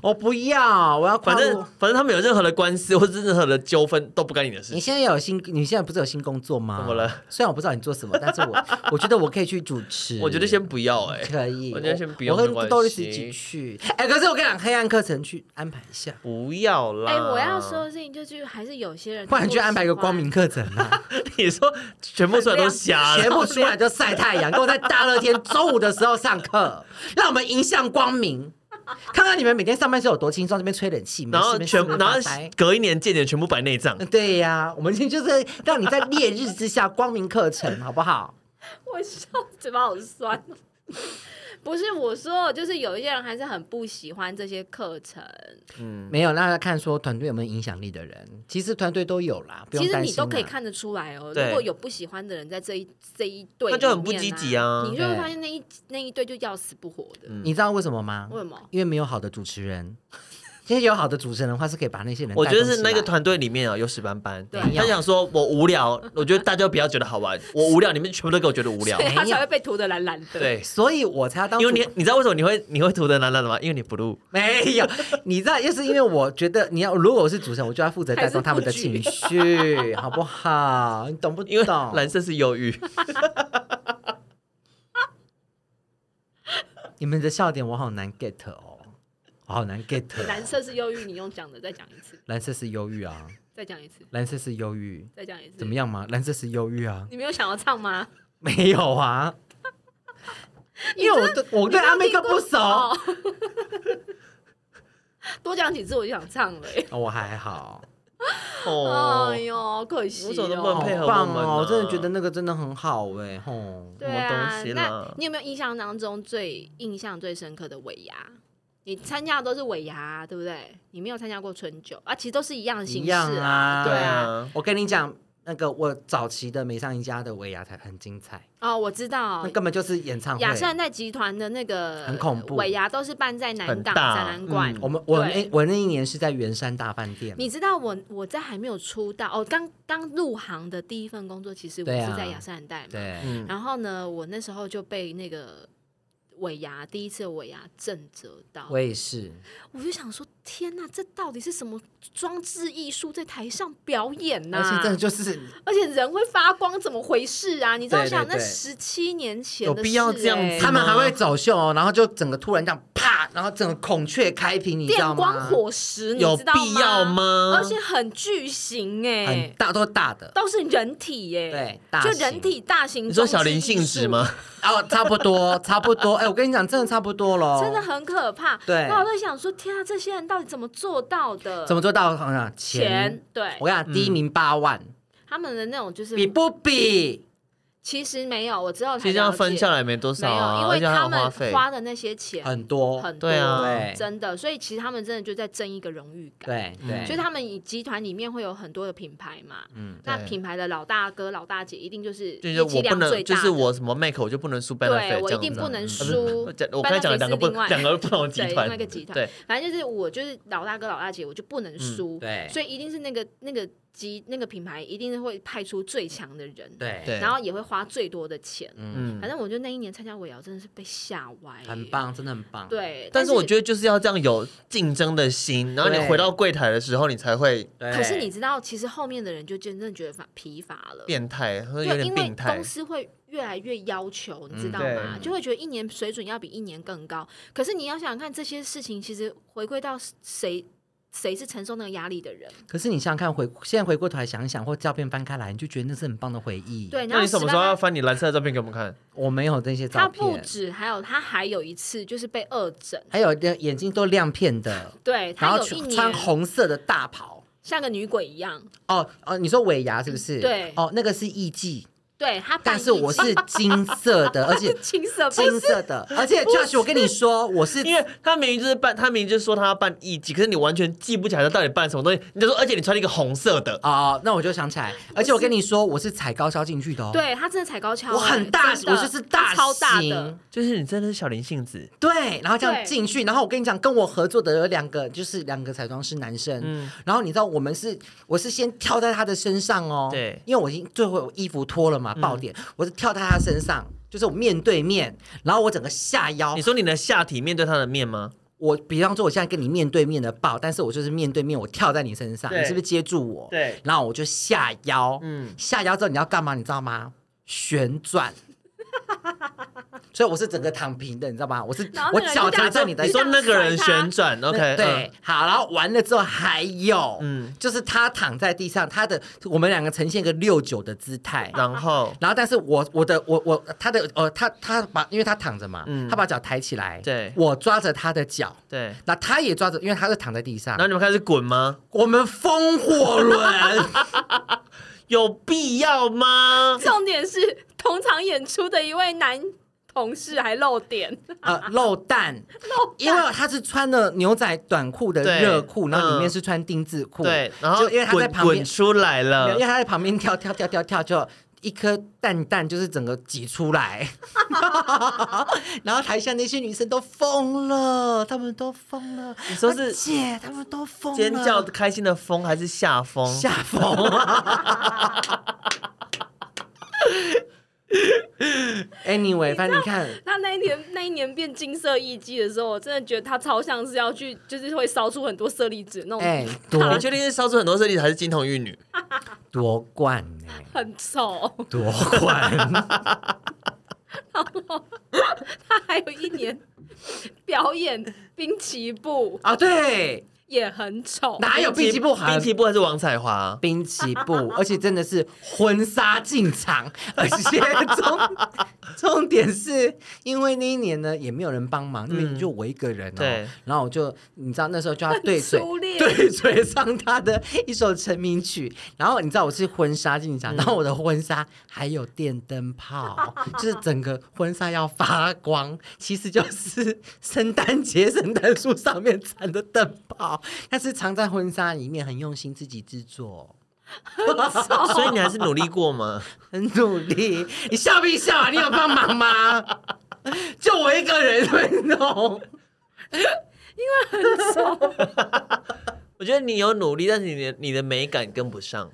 S2: 我不要，我要跨
S3: 反
S2: 入
S3: 正反正他们有任何的官司或者任何的纠纷都不干你的事
S2: 你
S3: 情。
S2: 现在有新，你现在不是有新工作吗？
S3: 怎么了？
S2: 虽然我不知道你做什么，但是我 我觉得我可以去主持。
S3: 我觉得先不要哎、
S2: 可以，
S3: 我觉得先不用
S2: 我
S3: 没
S2: 跟
S3: 关系
S2: 豆力士一起去。哎，可是我跟你讲，黑暗课程去安排一下，
S3: 不要啦。
S4: 哎，我要说，的事情就是，还是有些人
S2: 啊不然去安排一个光明
S4: 不
S2: 课程啊，
S3: 你说全部出来都瞎
S4: 哎
S2: 全
S3: 了，
S2: 部出来就晒太阳，跟我在大热天周五的时候上课，让我们迎向光明。看看你们每天上班是有多轻松，这边吹冷气，
S3: 然后
S2: 没事
S3: 全
S2: 没事
S3: 然后
S2: 发呆
S3: 隔一年见你全部白内障。
S2: 对呀、我们今天就是让你在烈日之下光明课程，好不好？
S4: 喜欢，我笑嘴巴好酸哦。 不是我说，就是有一些人还是很不喜欢这些课程。
S2: 没有，那要看说团队有没有影响力的人，其实团队都有啦，不用
S4: 其实
S2: 担
S4: 你
S2: 心啊
S4: 都可以
S2: 啦
S4: 看得出来哦，
S3: 对
S4: 如果有不喜欢的人在这一这一队、
S3: 那就很不积极啊
S4: 你就会
S2: 对
S4: 发现那一那一队就要死不活
S3: 嗯
S4: 的。
S2: 你知道为什么吗？
S4: 为什么？
S2: 因为没有好的主持人。 其实有好的主持人的话，是可以把那些人
S3: 我
S2: 带
S3: 觉得
S2: 动
S3: 是
S2: 起
S3: 那个
S2: 来
S3: 团队里面啊有屎斑斑，
S4: 对
S3: 他想说我无聊，我觉得大家不要觉得好玩，我无聊，你们全部都给我觉得无聊
S4: 所，以他
S2: 没有
S4: 才会被涂的蓝蓝的。
S3: 对，
S2: 所以我才要当
S3: 因为
S2: 主
S3: 你你知道为什么你会你会涂的蓝蓝的吗？因为你 blue，
S2: 没有， 你知道，就是因为我觉得你要，如果我是主持人，我就要负责带动 他们的情绪，好不好？你懂不懂？
S3: 因为蓝色是忧 郁，
S2: 你们的笑点我好难 get 哦，我好难 get 哦、
S4: 蓝色是忧郁，你用讲的再讲一次，
S2: 蓝色是忧郁啊，
S4: 再讲一次，
S2: 蓝色是忧郁，
S4: 再讲一次。
S2: 怎么？样嘛？蓝色是忧郁啊，
S4: 你没有想要唱吗？
S2: 没有啊，因为我对我对阿妹哥不熟，
S4: 哦， 多讲几次我就想唱了、欸。
S2: 哦我还好。
S3: 哦
S4: 哎，呦，可惜、哦。
S3: 为什么都不能
S2: 好
S3: 配合
S2: 棒
S3: 我们
S2: 哦！
S3: 啊
S2: 我真的觉得那个真的很好哎、吼，
S4: 对
S3: 什么东
S4: 啊
S3: 西，啦
S4: 那你有没有印象当中最印象最深刻的尾牙？你参加的都是尾牙啊、对不对？你没有参加过春酒啊？其实都是一样的形
S2: 一
S4: 式
S2: 样啊，
S4: 对啊。
S3: 啊，
S2: 我跟你讲，那个我早期的美上一家的维亚才很精彩，
S4: 哦，我知道
S2: 那，根本就是演
S3: 啊
S2: 唱会
S4: 雅。诗兰黛集团的那个
S2: 很恐怖
S4: 尾牙都是办在南
S3: 很
S4: 港
S3: 大
S4: 展览馆
S3: 嗯。
S2: 我们我
S4: 对
S2: 那我那一年是在圆山大饭店，
S4: 你知道我我在还没有出道哦，刚刚入行的第一份工作，其实我
S2: 对啊
S4: 是在雅诗兰黛嘛。
S2: 对，
S3: 嗯，
S4: 然后呢，我那时候就被那个尾牙第一次的尾牙震折到，
S2: 我也是，
S4: 我就想说，天呐，这到底是什么装置艺术在台上表演呐、
S2: 而且真的就是
S4: 而且人会发光，怎么回事啊？你知道
S2: 对对
S4: 想那
S2: 对
S4: 十七年前
S3: 有
S4: 的
S3: 必要
S4: 事
S3: 这样
S4: 欸
S3: 子
S2: 他们
S3: 吗
S2: 还会走秀哦，然后就整个突然这样啪，然后整个孔雀开屏，你知道
S4: 电光
S2: 吗？
S4: 火石，你
S3: 有
S4: 知道
S3: 必要吗
S4: 而且很巨型哎、
S2: 很大都是大的，
S4: 都是人体耶、
S2: 对大
S4: 就
S2: 型
S4: 人体大型。
S3: 你说小林性质？吗？
S2: 哦，差不多，差不多。哎，我跟你讲，真的差不多
S3: 哦
S2: 喽，
S4: 真的很可怕。
S2: 对
S4: 那我在想说，天啊，这些人到底怎么做到的？
S2: 怎么做到？好像
S4: 钱
S2: 钱，？
S4: 对
S2: 我，跟你讲，第一名八万，
S4: 他们的那种嗯就是，
S2: 比不比？
S4: 其实没有，我之后才
S3: 其实这样
S4: 了
S3: 分
S4: 解
S3: 下来没多少
S4: 没有，
S3: 啊，
S4: 因
S3: 而
S4: 为
S3: 且还
S4: 他
S3: 有花
S4: 们
S3: 费，
S4: 花的那些钱
S2: 很多，
S4: 很多，
S3: 对啊
S2: 对
S4: 真的，所以其实他们真的就在争一个荣誉感。
S2: 对对，
S3: 嗯
S4: 就是他们以集团里面会有很多的品牌嘛，
S2: 嗯
S4: 那
S3: 对
S4: 品牌的老大哥、老大姐一定就是
S3: 就
S4: 一
S3: 是我
S4: 剂
S3: 不
S4: 量最
S3: 能，
S4: 大
S3: 就
S4: 的
S3: 是我什么 make 我就不能输 benefit，
S4: 对我
S3: 这
S4: 一
S3: 样
S4: 定
S3: 子
S4: 不
S3: 啊
S4: 能
S3: 嗯
S4: 输
S3: 我讲我刚才讲了
S4: Benefit
S3: 两个
S4: 是
S3: 不
S4: 另外
S3: 两个不同的集
S4: 对
S3: 团，
S4: 另外一个集团
S3: 对，
S4: 反正就是我就是老大哥、老大姐，我就不
S3: 嗯
S4: 能输，
S2: 对
S4: 所以一定是那个那个集那个品牌一定是会派出最强的人，
S2: 对
S3: 对
S4: 然后也会花最多的钱。
S3: 嗯
S4: 反正我觉得那一年参加尾牙真的是被吓歪，欸
S2: 很。棒，真的很棒。，
S4: 对，
S3: 但是我觉
S4: 得。
S3: 得就是要这样有竞争的心，然后你
S2: 对
S3: 回到柜台的时候，你才会
S4: 可是你知道，其实后面的人就真正觉得乏疲乏了，
S3: 变态，或者有
S4: 对，因
S3: 点
S4: 为
S3: 病态嗯
S4: 公。司会越来越要求，你知道
S3: 对
S4: 吗？就会觉得一年水准要比一年更高。可是你要想想看，这些事情其实回归到谁谁是承受那个压力的人，
S2: 可是你想想看，回现在回过头来想一想，或照片翻开来，你就觉得那是很棒的回忆。，
S4: 对。然
S3: 那
S4: 后
S3: 你什么时候要翻你蓝色的照片给我们看？
S2: 我没有那些
S4: 他
S2: 照
S4: 不
S2: 片，
S4: 止，还有他还有一次就是被恶整，
S2: 还有那眼睛都亮片的，
S4: 对
S2: 然
S4: 他
S2: 后
S4: 有一
S2: 穿穿
S4: 年
S2: 红色的大袍。
S4: 像个女鬼一样，
S2: 哦哦，你说尾牙是不是？
S4: 嗯对
S2: 哦，那个是艺妓，
S4: 对他扮
S2: 但是我是金色的， 而且
S4: 青色扮
S2: 金色的，而且 Josh，我跟你说，我是
S3: 因为他明明就是办，他明明就是说他要办艺妓，可是你完全记不起来他到底办什么东西。你就说，而且你穿了一个红色的，
S2: 哦，那我就想起来，而且我跟你说，我是踩高跷进去的哦。，
S4: 对他真的踩高跷欸，
S2: 我很大，
S4: 真的
S2: 我就是
S4: 他超大的
S2: 型。
S3: 就是你真的是小林杏子，
S2: 对，然后这样
S4: 对
S2: 进去，然后我跟你讲，跟我合作的有两个，就是两个彩妆师男生，然后你知道我们是，我是先跳在他的身上哦，
S3: 对
S2: 因为我已经最后我衣服脱了嘛，爆点，我是跳在他身上，就是我面对面，然后我整个下腰
S3: 你，说你的下体面对他的面吗？
S2: 我比方说我现在跟你面对面的抱，但是我就是面对面，我跳在你身上，
S3: 对
S2: 你是不是接住我？
S3: 对
S2: 然后我就下腰，
S3: 嗯
S2: 下腰之后你要干嘛？你知道吗？旋转。 所以我是整个躺平的，你知道吗？我是
S4: 然后
S2: 我
S4: 那个人
S2: 脚
S4: 就这
S2: 踏
S4: 样
S2: 在你的
S3: 你
S4: 就
S3: 说
S4: 这样
S3: 那个人
S4: 甩他
S3: 旋转
S2: 那
S3: ，OK，
S2: 对，好，然后完了之后还有，嗯
S3: 嗯，
S2: 就是他躺在地上，他的我们两个呈现一个六九的姿态
S3: 嗯，，然后
S2: 然后但是我我的我我他的呃他他把因为他躺着嘛，他把脚抬起来，
S3: 嗯对
S2: 我抓着他的脚，
S3: 对，
S2: 那他也抓着，因为他是躺在地上
S3: 然后，你们开始滚吗？
S2: 我们风火轮，
S3: 有必要吗？
S4: 重点是，同场演出的一位男同事还露点，
S2: 呃露蛋，因为他是穿了牛仔短裤的
S3: 对
S2: 热裤，然后里面
S3: 嗯
S2: 是穿丁字裤，
S3: 对，然后
S2: 就因为他在
S3: 滚
S2: 旁边
S3: 滚，出来
S2: 没有因
S3: 了
S2: 为，他在旁边跳跳跳跳跳，就一颗蛋蛋就是整个挤出来， 然后台下那些女生都疯了，她们都疯了，
S3: 你说是
S2: 而姐，她们都疯了，
S3: 尖叫开心的风还是下风？
S2: 吓疯 了。Anyway，反正你看，
S4: 他那一年那一年变金色艺伎的时候，我真的觉得他超像是要去，就是会烧出很多色粒子那种，
S2: 哎、
S3: 你
S2: 夺
S3: 确定是烧出很多色粒还是金童玉女？
S2: 夺冠呢、
S4: 很丑。
S2: 夺冠，
S4: 他还有一年表演滨崎步
S2: 啊，对，
S4: 也很丑，
S3: 啊
S2: 哪有滨崎步好
S3: 滨崎步还是王彩 华？
S2: 滨崎步，而且真的是婚纱进场，而且 重重点是因为那一年呢，也没有人帮忙，那边就我一个人哦。
S3: 对
S2: 然后我就你知道那时候就要对嘴
S4: 初恋
S2: 对嘴上他的一首成名曲，然后你知道我是婚纱进场，然后我的婚纱还有电灯泡，就是整个婚纱要发光，其实就是圣诞节圣诞树上面缠的灯泡，但是藏在婚纱里面，很用心自己制作。
S3: 所以你还是努力过吗？
S2: 很努力，你笑不笑啊？你有帮忙吗？ 就我一个人会弄，
S3: 我觉得你有努力，但是你的你的美感跟不上。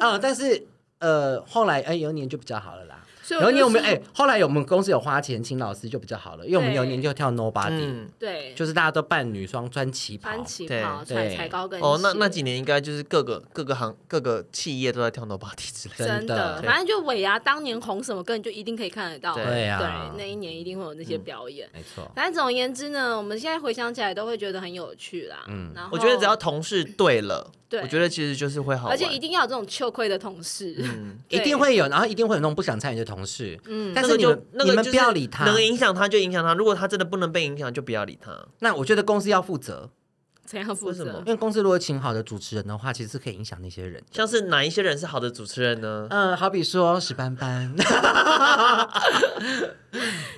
S2: 啊、但是呃，后来哎、有一年就比较好了啦。
S4: 所以
S2: 有
S4: 我
S2: 一年我
S4: 就
S2: 们
S4: 是
S2: 哎、后来我们公司有花钱请老师就比较好了，因为我们有一年就跳 Nobody，、
S3: 嗯，
S4: 对，
S2: 就是大家都扮女装穿旗袍
S4: 穿，旗袍，
S2: 对
S4: 穿
S2: 对
S4: 踩高跟鞋。
S3: 哦，那那几年应该就是各个各个行各个企业都在跳 nobody 之类的。
S4: 真
S2: 的
S4: 反正就尾牙当年红什么歌，你就一定可以看得到。
S3: 对嗯
S2: 对啊
S4: 对那一年一定会有那些表演。
S2: 没错，
S4: 反正总而言之呢，我们现在回想起来都会觉得很有趣啦。
S2: 嗯
S4: 嗯，然后
S3: 我觉得只要同事对了，
S4: 对
S3: 我觉得其实就是会好玩。
S4: 而且一定要有这种羞愧的同事，
S3: 嗯，
S2: 一
S4: 对
S2: 定会有，然后一定会有那种不想参与的同事，
S4: 嗯
S2: 但
S3: 那
S2: 是
S3: 个
S2: 你
S3: 就
S2: 们
S3: 那
S2: 你
S3: 个
S2: 们
S3: 就
S2: 不要
S3: 是
S2: 理他，
S3: 能影响他就影响他。如果他真的不能被影响，就不要理他。
S2: 那我觉得公司要负责，
S4: 怎样负
S3: 为什
S4: 责
S3: 么
S2: 因？为公司如果请好的主持人的话，其实是可以影响那些人。
S3: 像是哪一些人是好的主持人呢？
S2: 嗯，好比说史斑 斑，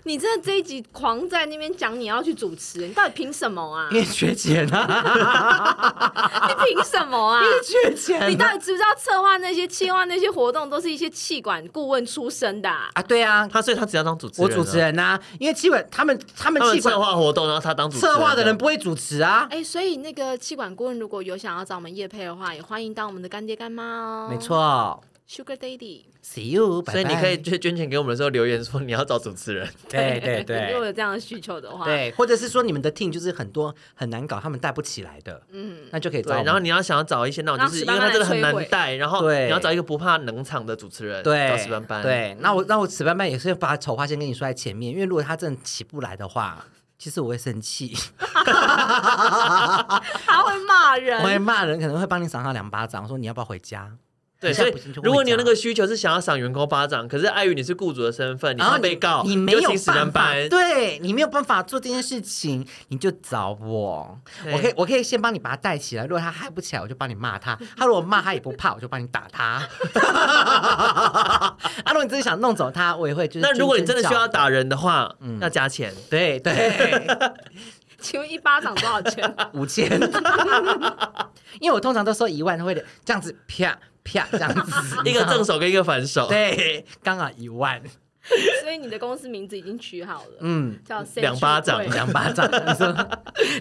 S4: 你真的这一集狂在那边讲你要去主持，你到底凭什么啊？
S2: 因为缺钱啊，
S4: 你凭什么啊？
S2: 缺钱啊
S4: 你到底知不知道策划那些、策划那些活动都是一些气管顾问出身的、啊？
S2: 啊，对啊，
S3: 他所以他只要当主持人
S2: 我
S3: 啊、
S2: 主持人呐、因为基本他们他们
S3: 他们
S2: 气
S3: 策
S2: 管
S3: 划活动，然后他当主持
S2: 策划的
S3: 这样
S2: 人不会主持啊，
S4: 哎、所以那个气管顾问如果有想要找我们叶配的话，也欢迎当我们的干爹干妈哦。
S2: 没错
S4: ，Sugar Daddy，
S2: ，See you，拜
S3: 所以你
S2: 拜
S3: 可以捐捐钱给我们的时候留言说你要找主持人，
S2: 对 对
S4: 如果
S2: 对
S4: 有这样的需求的话，，
S2: 对，或者是说你们的 team 就是很多很难搞，他们带不起来的，
S4: 嗯，
S2: 那就可以找我
S3: 对，
S2: 们。
S3: 然后你要想要找一些那种就是因
S4: 让
S3: 为他
S4: 史班班
S3: 真的很难
S4: 来摧毁
S3: 带，然后
S2: 对
S3: 你要找一个不怕冷场的主持人，找
S2: 对
S3: 史班班，，
S2: 对，那我那我史斑斑也是把丑话先跟你说在前面，因为如果他真的起不来的话，其实我会生气，
S4: 他会骂
S2: 我会
S4: 人，
S2: 骂人，可能会帮你赏他两巴掌，说你要不要回家。
S3: 对，
S2: 你
S3: 所
S2: 现在
S3: 以
S2: 不是就会
S3: 如果你有
S2: 这
S3: 那
S2: 样
S3: 个需求是想要赏员工巴掌，可是碍于你是雇主的身份，你
S2: 然后
S3: 怕被告，
S2: 你没有
S3: 就请史
S2: 办
S3: 班
S2: 法，
S3: 班，
S2: 对你没有办法做这件事情，你就找我，
S3: 对
S2: 我可以我可以先帮你把他带起来，如果他嗨不起来，我就帮你骂 他；他如果骂他也不怕，我就帮你打他。 啊，如果你真的想弄走他，我也会就是。
S3: 那如果你真的需要，打人的话，要加钱，
S2: 嗯对对，
S4: 请问一巴掌多少钱？啊
S2: 五千， 因为我通常都收一万，会的这样子啪啪这样子，
S3: 一个正手跟一个反手，
S2: 对，刚好一万，
S4: 所以你的公司名字已经取好了，
S2: 嗯，
S4: 叫 Safe
S3: 两巴掌
S4: 聚会
S2: 两巴掌，你说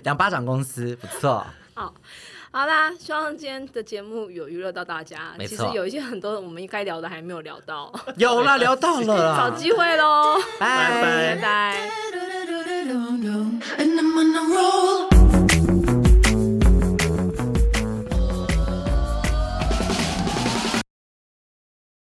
S2: 两巴掌公司不错。
S4: 好啦，希望今天的节目有娱乐到大家。
S2: 没
S4: 其实
S2: 错啊
S4: 有一些很多我们该聊的还没有聊到，
S2: 有啦，聊到了
S4: 找
S2: 啦，
S4: 机会喽。
S2: 拜
S3: 拜
S4: 拜拜。